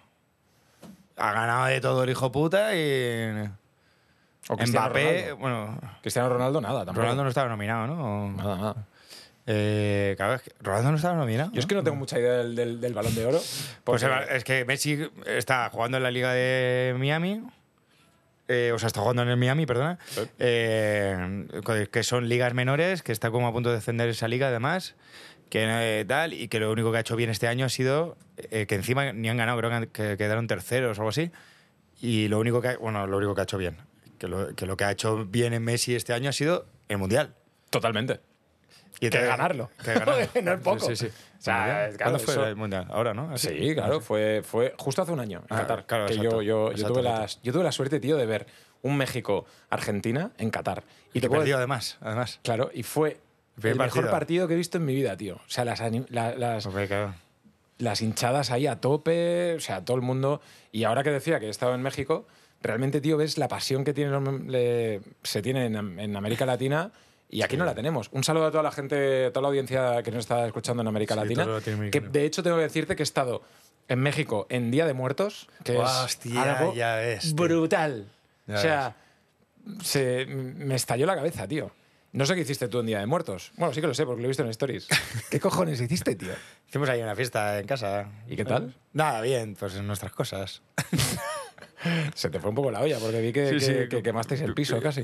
B: Ha ganado de todo el hijo puta y.
A: O Cristiano
B: Mbappé,
A: Ronaldo.
B: bueno.
A: Cristiano Ronaldo, nada tampoco.
B: Ronaldo no estaba nominado, ¿no? O-
A: Nada, nada.
B: Eh, claro, es que Ronaldo no estaba nominado.
A: Yo es que no tengo mucha idea del, del- del balón de oro.
B: Pues
A: porque-
B: es que Messi está jugando en la liga de Miami. eh, o sea, está jugando en el Miami, perdona.
A: Sí.
B: eh, co- que son ligas menores, que está como a punto de descender esa liga, además. Que eh, tal, y que lo único que ha hecho bien este año ha sido eh, que encima ni han ganado, creo que, han- que quedaron terceros o algo así. Y lo único que ha, bueno, lo único que ha hecho bien. Que lo, que lo que ha hecho bien en Messi este año ha sido el Mundial.
A: Totalmente.
B: Y
A: Que
B: entonces-
A: ganarlo.
B: Que ganarlo.
A: No es poco.
B: Sí, sí, sí.
A: O sea, claro,
B: ¿Cuándo fue
A: eso-
B: el Mundial? Ahora, ¿no? Así.
A: Sí, claro, fue, fue justo hace un año en
B: Ah,
A: Qatar.
B: claro,
A: que
B: exacto,
A: yo, yo, yo
B: exacto,
A: tuve
B: exacto.
A: la, yo tuve la suerte, tío, de ver un México-Argentina en Qatar.
B: Y que
A: te puedo-
B: perdió además, además.
A: Claro, y fue
B: El
A: el,
B: primer
A: mejor
B: partido.
A: partido que he visto en mi vida, tío. O sea, las, ani- la- las,
B: Hombre, claro.
A: las hinchadas ahí a tope, o sea, todo el mundo. Y ahora que decía que he estado en México, realmente, tío, ves la pasión que tienen, los mem- le- se tiene en, en América Latina Y aquí no la tenemos. Un saludo a toda la gente, a toda la audiencia que nos está escuchando en América
B: Sí,
A: Latina.
B: todo Latinoamérica.
A: Que de hecho tengo que decirte que he estado en México en Día de Muertos, que es
B: Hostia,
A: algo
B: ya ves, tío.
A: brutal.
B: Ya
A: o sea, se- me estalló la cabeza, tío. No sé qué hiciste tú en Día de Muertos. Bueno, sí que lo sé porque lo he visto en stories. ¿Qué cojones hiciste, tío?
B: Hicimos ahí una fiesta en casa.
A: ¿Y qué tal?
B: Nada, bien, pues en nuestras cosas.
A: Se te fue un poco la olla porque vi que,
B: Sí,
A: que-
B: sí,
A: que
B: como-
A: quemasteis el piso casi.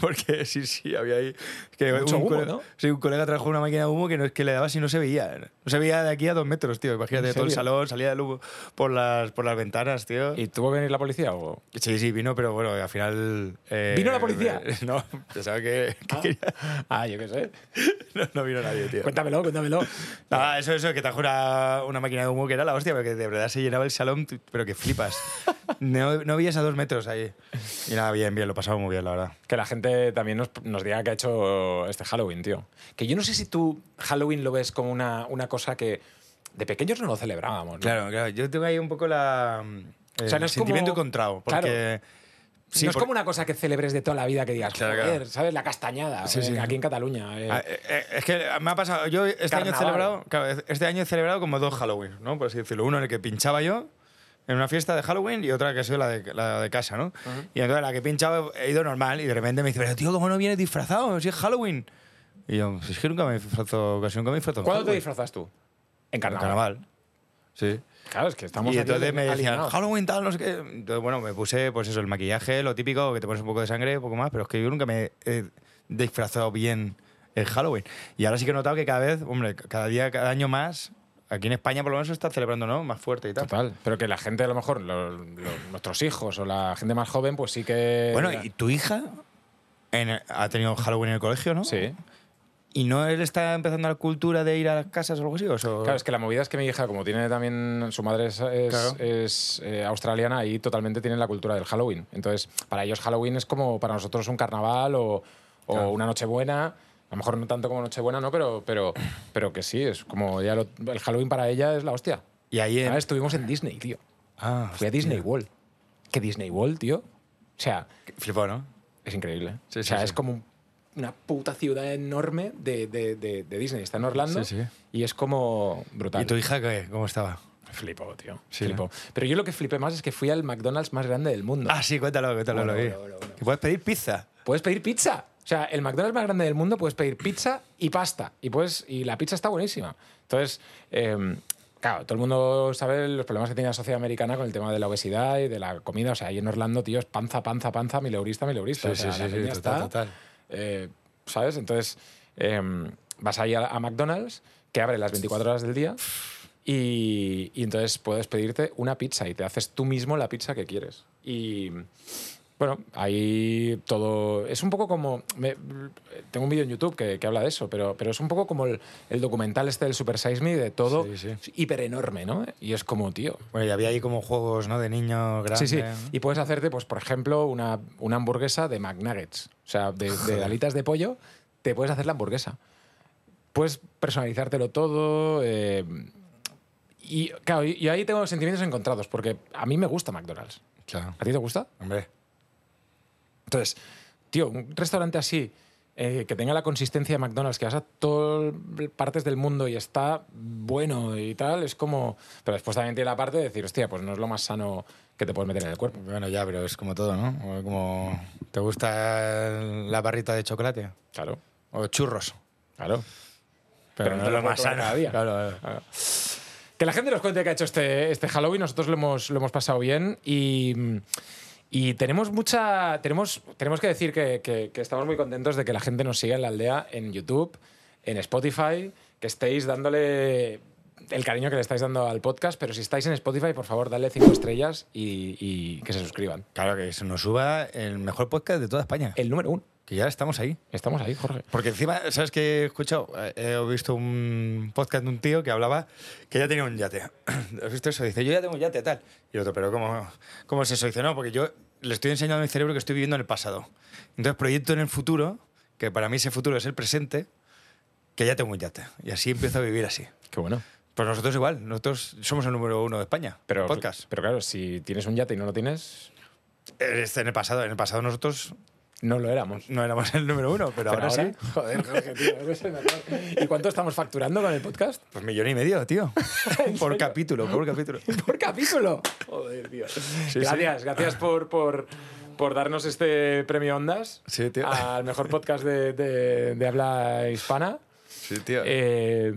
B: Porque sí, sí, había ahí. Que
A: Mucho humo,
B: colega,
A: ¿no?
B: sí, un colega trajo una máquina de humo que, no, que le daba si no se veía. No se veía de aquí a dos metros, tío. Imagínate
A: ¿En
B: todo el
A: serio?
B: salón, salía el humo por las, por las ventanas, tío.
A: ¿Y tuvo que venir la policía o...?
B: Sí, sí, vino, pero bueno, al final. eh,
A: ¿Vino la policía?
B: No, pensaba que. que quería-
A: Ah, yo qué sé.
B: no, no vino nadie, tío.
A: Cuéntamelo, cuéntamelo.
B: Nada, Ah, eso, eso, que trajo una, una máquina de humo que era la hostia, pero que de verdad se llenaba el salón, tú- pero que flipas. No, no veías a dos metros ahí. Y nada, bien, bien, lo pasaba muy bien, la verdad.
A: Que la gente también nos, nos diga que ha hecho este Halloween, tío. Que yo no sé si tú Halloween lo ves como una, una cosa que de pequeños no lo celebrábamos. ¿no?
B: Claro, claro. Yo tengo ahí un poco la. El
A: O sea, no es como-
B: sentimiento encontrado. Porque. sí,
A: no es
B: por-
A: como una cosa que celebres de toda la vida que digas,
B: Claro,
A: joder,
B: claro.
A: ¿sabes? La castañada,
B: Sí,
A: eh,
B: sí.
A: aquí en Cataluña. eh.
B: Ah, eh, eh, Es que me ha pasado. Yo este año he
A: Carnaval.
B: celebrado. claro, este año he celebrado como dos Halloween, ¿no? Por así decirlo. Uno en el que pinchaba yo en una fiesta de Halloween y otra que ha sido la de, la de casa, ¿no? Y entonces la que pinchaba he ido normal y de repente me dice, pero tío, ¿cómo no vienes disfrazado? Si es Halloween. Y yo, "Pues es que nunca me disfrazo, casi nunca me disfrazo. en
A: ¿Cuándo te
B: Halloween".
A: disfrazas tú? En
B: pues. En
A: carnaval.
B: carnaval. Sí.
A: Claro, es que estamos
B: y
A: aquí
B: entonces me decían,
A: alineados.
B: Halloween tal, no sé qué. Entonces, bueno, me puse, pues eso, el maquillaje, lo típico, que te pones un poco de sangre, un poco más, pero es que yo nunca me he disfrazado bien en Halloween. Y ahora sí que he notado que cada vez, hombre, cada día, cada año más, aquí en España por lo menos se está celebrando, ¿no? Más fuerte y tal.
A: Total, pero que la gente a lo mejor, lo- lo- nuestros hijos o la gente más joven, pues sí que...
B: Bueno, y tu hija en- ha tenido Halloween en el colegio, ¿no?
A: Sí.
B: ¿Y no él está empezando la cultura de ir a las casas o algo así? O eso-
A: Claro, es que la movida es que mi hija, como tiene también. Su madre es, es-
B: Claro.
A: es, eh, australiana, ahí totalmente tienen la cultura del Halloween. Entonces, para ellos, Halloween es como para nosotros un carnaval o, o una Nochebuena. A lo mejor no tanto como Nochebuena, ¿no? Pero, pero, pero que sí, es como. Ya lo- el Halloween para ella es la hostia.
B: Y ahí en-
A: Ahora estuvimos en Disney, tío.
B: Ah,
A: Fui a Disney World. ¿Qué Disney World, tío? O sea,
B: flipó, ¿no?
A: es increíble.
B: Sí,
A: o
B: sí,
A: sea,
B: sí.
A: es como un- una puta ciudad enorme de, de- de- de Disney. Está en Orlando
B: Sí, sí.
A: y es como brutal.
B: ¿Y tu hija qué? ¿Cómo estaba?
A: Flipo, tío.
B: Sí,
A: Flipo. Pero yo lo que flipé más es que fui al McDonald's más grande del mundo.
B: Ah, sí, cuéntalo, cuéntalo.
A: Bueno,
B: lo vi.
A: bueno, bueno, bueno.
B: Que puedes pedir pizza.
A: Puedes pedir pizza. O sea, el McDonald's más grande del mundo puedes pedir pizza y pasta. Y, puedes, y la pizza está buenísima. Entonces, eh, claro, todo el mundo sabe los problemas que tiene la sociedad americana con el tema de la obesidad y de la comida. O sea, ahí en Orlando, tío, es panza, panza, panza, mileurista, mileurista.
B: Sí,
A: o sea,
B: sí,
A: la
B: sí, sí,
A: peña
B: total,
A: está,
B: total.
A: eh, ¿Sabes? Entonces, eh, vas ahí a, a McDonald's, que abre las 24 horas del día, y, y entonces puedes pedirte una pizza y te haces tú mismo la pizza que quieres. Y bueno, ahí todo. Es un poco como. me- tengo un vídeo en YouTube que, que habla de eso, pero, pero es un poco como el, el documental este del Super Size Me de todo
B: Sí, sí.
A: hiper enorme, ¿no? Y es como, tío,
B: Bueno, y había ahí como juegos, ¿no? De niños grandes.
A: Sí, sí.
B: ¿no?
A: Y puedes hacerte, pues, por ejemplo, una, una hamburguesa de McNuggets. O sea, de, de alitas de pollo, te puedes hacer la hamburguesa. Puedes personalizártelo todo. eh, y, claro, y- y ahí tengo sentimientos encontrados, porque a mí me gusta McDonald's.
B: Claro.
A: ¿A ti te gusta?
B: Hombre.
A: Entonces, tío, un restaurante así, eh, que tenga la consistencia de McDonald's, que vas a todas partes del mundo y está bueno y tal, es como... Pero después también tiene la parte de decir, hostia, pues no es lo más sano que te puedes meter en el cuerpo.
B: Bueno, ya, pero es como todo, ¿no? O Como. ¿Te gusta la barrita de chocolate?
A: Claro.
B: O churros.
A: Claro.
B: Pero,
A: Pero
B: no
A: te
B: es lo
A: lo
B: más
A: puedes comer
B: sano.
A: cada día.
B: Claro, claro.
A: Que la gente nos cuente qué ha hecho este, este Halloween. Nosotros lo hemos, lo hemos pasado bien y, y tenemos mucha. Tenemos, tenemos que decir que, que- que estamos muy contentos de que la gente nos siga en la aldea en YouTube, en Spotify, que estéis dándole el cariño que le estáis dando al podcast. Pero si estáis en Spotify, por favor, dadle cinco estrellas y, y que se suscriban.
B: Claro, que se nos suba el mejor podcast de toda España.
A: El número uno.
B: Que ya estamos ahí.
A: Estamos ahí, Jorge.
B: Porque encima, ¿sabes qué he escuchado? Eh, He visto un podcast de un tío que hablaba que ya tenía un yate. ¿Has visto eso? Dice, yo ya tengo un yate, tal. Y el otro, pero ¿cómo, cómo es eso? Dice, no, porque yo le estoy enseñando a mi cerebro que estoy viviendo en el pasado. Entonces proyecto en el futuro, que para mí ese futuro es el presente, que ya tengo un yate. Y así empiezo a vivir así.
A: Qué bueno.
B: Pues nosotros igual, nosotros somos el número uno de España.
A: Pero,
B: podcast.
A: pero claro, si tienes un yate y no lo tienes,
B: Eh, este en el pasado, en el pasado nosotros
A: No lo éramos.
B: No éramos el número uno, pero, ahora, sí.
A: Joder, Jorge, tío, eres el mejor. ¿Y cuánto estamos facturando con el podcast?
B: Pues millón y medio, tío. por capítulo, por capítulo.
A: Por capítulo. Joder, tío. gracias, gracias por, por, por darnos este premio Ondas
B: Sí, tío.
A: al mejor podcast de, de- de habla hispana.
B: Sí, tío.
A: Eh,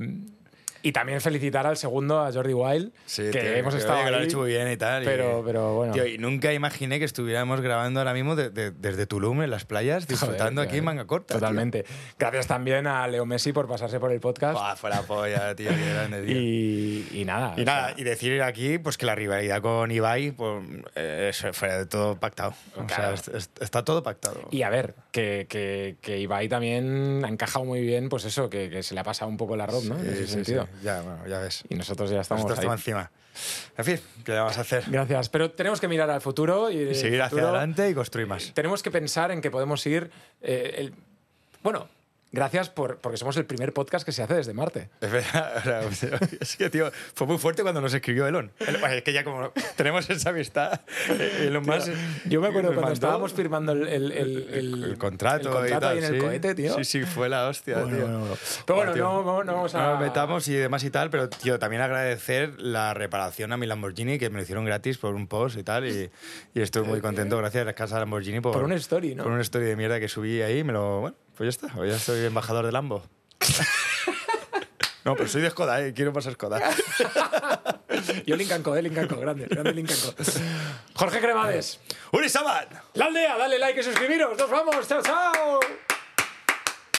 A: y también felicitar al segundo, a Jordi Wild,
B: Sí,
A: que
B: tío,
A: hemos
B: oye,
A: estado
B: que lo han
A: ahí,
B: hecho muy bien y tal. y-
A: Pero, pero bueno.
B: Tío, y nunca imaginé que estuviéramos grabando ahora mismo de- de- desde Tulum en las playas, disfrutando
A: Joder,
B: aquí
A: tío,
B: en manga corta. tío.
A: Totalmente. Gracias también a Leo Messi por pasarse por el podcast.
B: Buah, fue la polla, tío, qué grande, tío.
A: Y, y nada.
B: Y
A: o
B: nada,
A: sea,
B: y decir aquí pues que la rivalidad con Ibai, pues eh, eso fue de todo pactado. O sea,
A: Claro.
B: es- es- está todo pactado.
A: y a ver, que, que, que Ibai también ha encajado muy bien, pues eso, que, que se le ha pasado un poco la ropa, ¿no? En
B: Sí,
A: ese
B: sí,
A: sentido.
B: sí. Ya, bueno, ya ves.
A: Y nosotros ya estamos
B: Nosotros
A: ahí.
B: estamos encima. En fin, ¿qué le vamos a hacer?
A: Gracias. Pero tenemos que mirar al futuro y,
B: Y
A: el
B: seguir hacia
A: futuro-
B: adelante y construir más.
A: Tenemos que pensar en que podemos ir. eh, el- Bueno, gracias por, porque somos el primer podcast que se hace desde Marte.
B: Es verdad, o sea, es que, tío, fue muy fuerte cuando nos escribió Elon. El- bueno, es que ya como tenemos esa amistad, Elon más.
A: Yo me acuerdo cuando estábamos firmando el, el- el- el-
B: el
A: el
B: contrato,
A: contrato
B: y tal,
A: ahí en
B: sí.
A: el cohete, tío.
B: Sí, sí, fue la hostia,
A: Bueno,
B: tío.
A: bueno, bueno. Pero bueno,
B: Tío,
A: no, no- no vamos a...
B: nos metamos y demás y tal, pero, tío, también agradecer la reparación a mi Lamborghini que me lo hicieron gratis por un post y tal, y, y estoy muy contento. Gracias a la casa Lamborghini por,
A: Por una story, ¿no?
B: Por una story de mierda que subí ahí, me lo. Bueno, pues ya está, ya soy embajador de Lambo. No, pero soy de Skoda, eh, quiero pasar Skoda.
A: Yo Linkanco, eh, Linkanco, grande, grande Linkanco. Jorge Cremades,
B: ¡Uri Sabat!
A: la aldea, dale like y suscribiros. Nos vamos, chao, chao.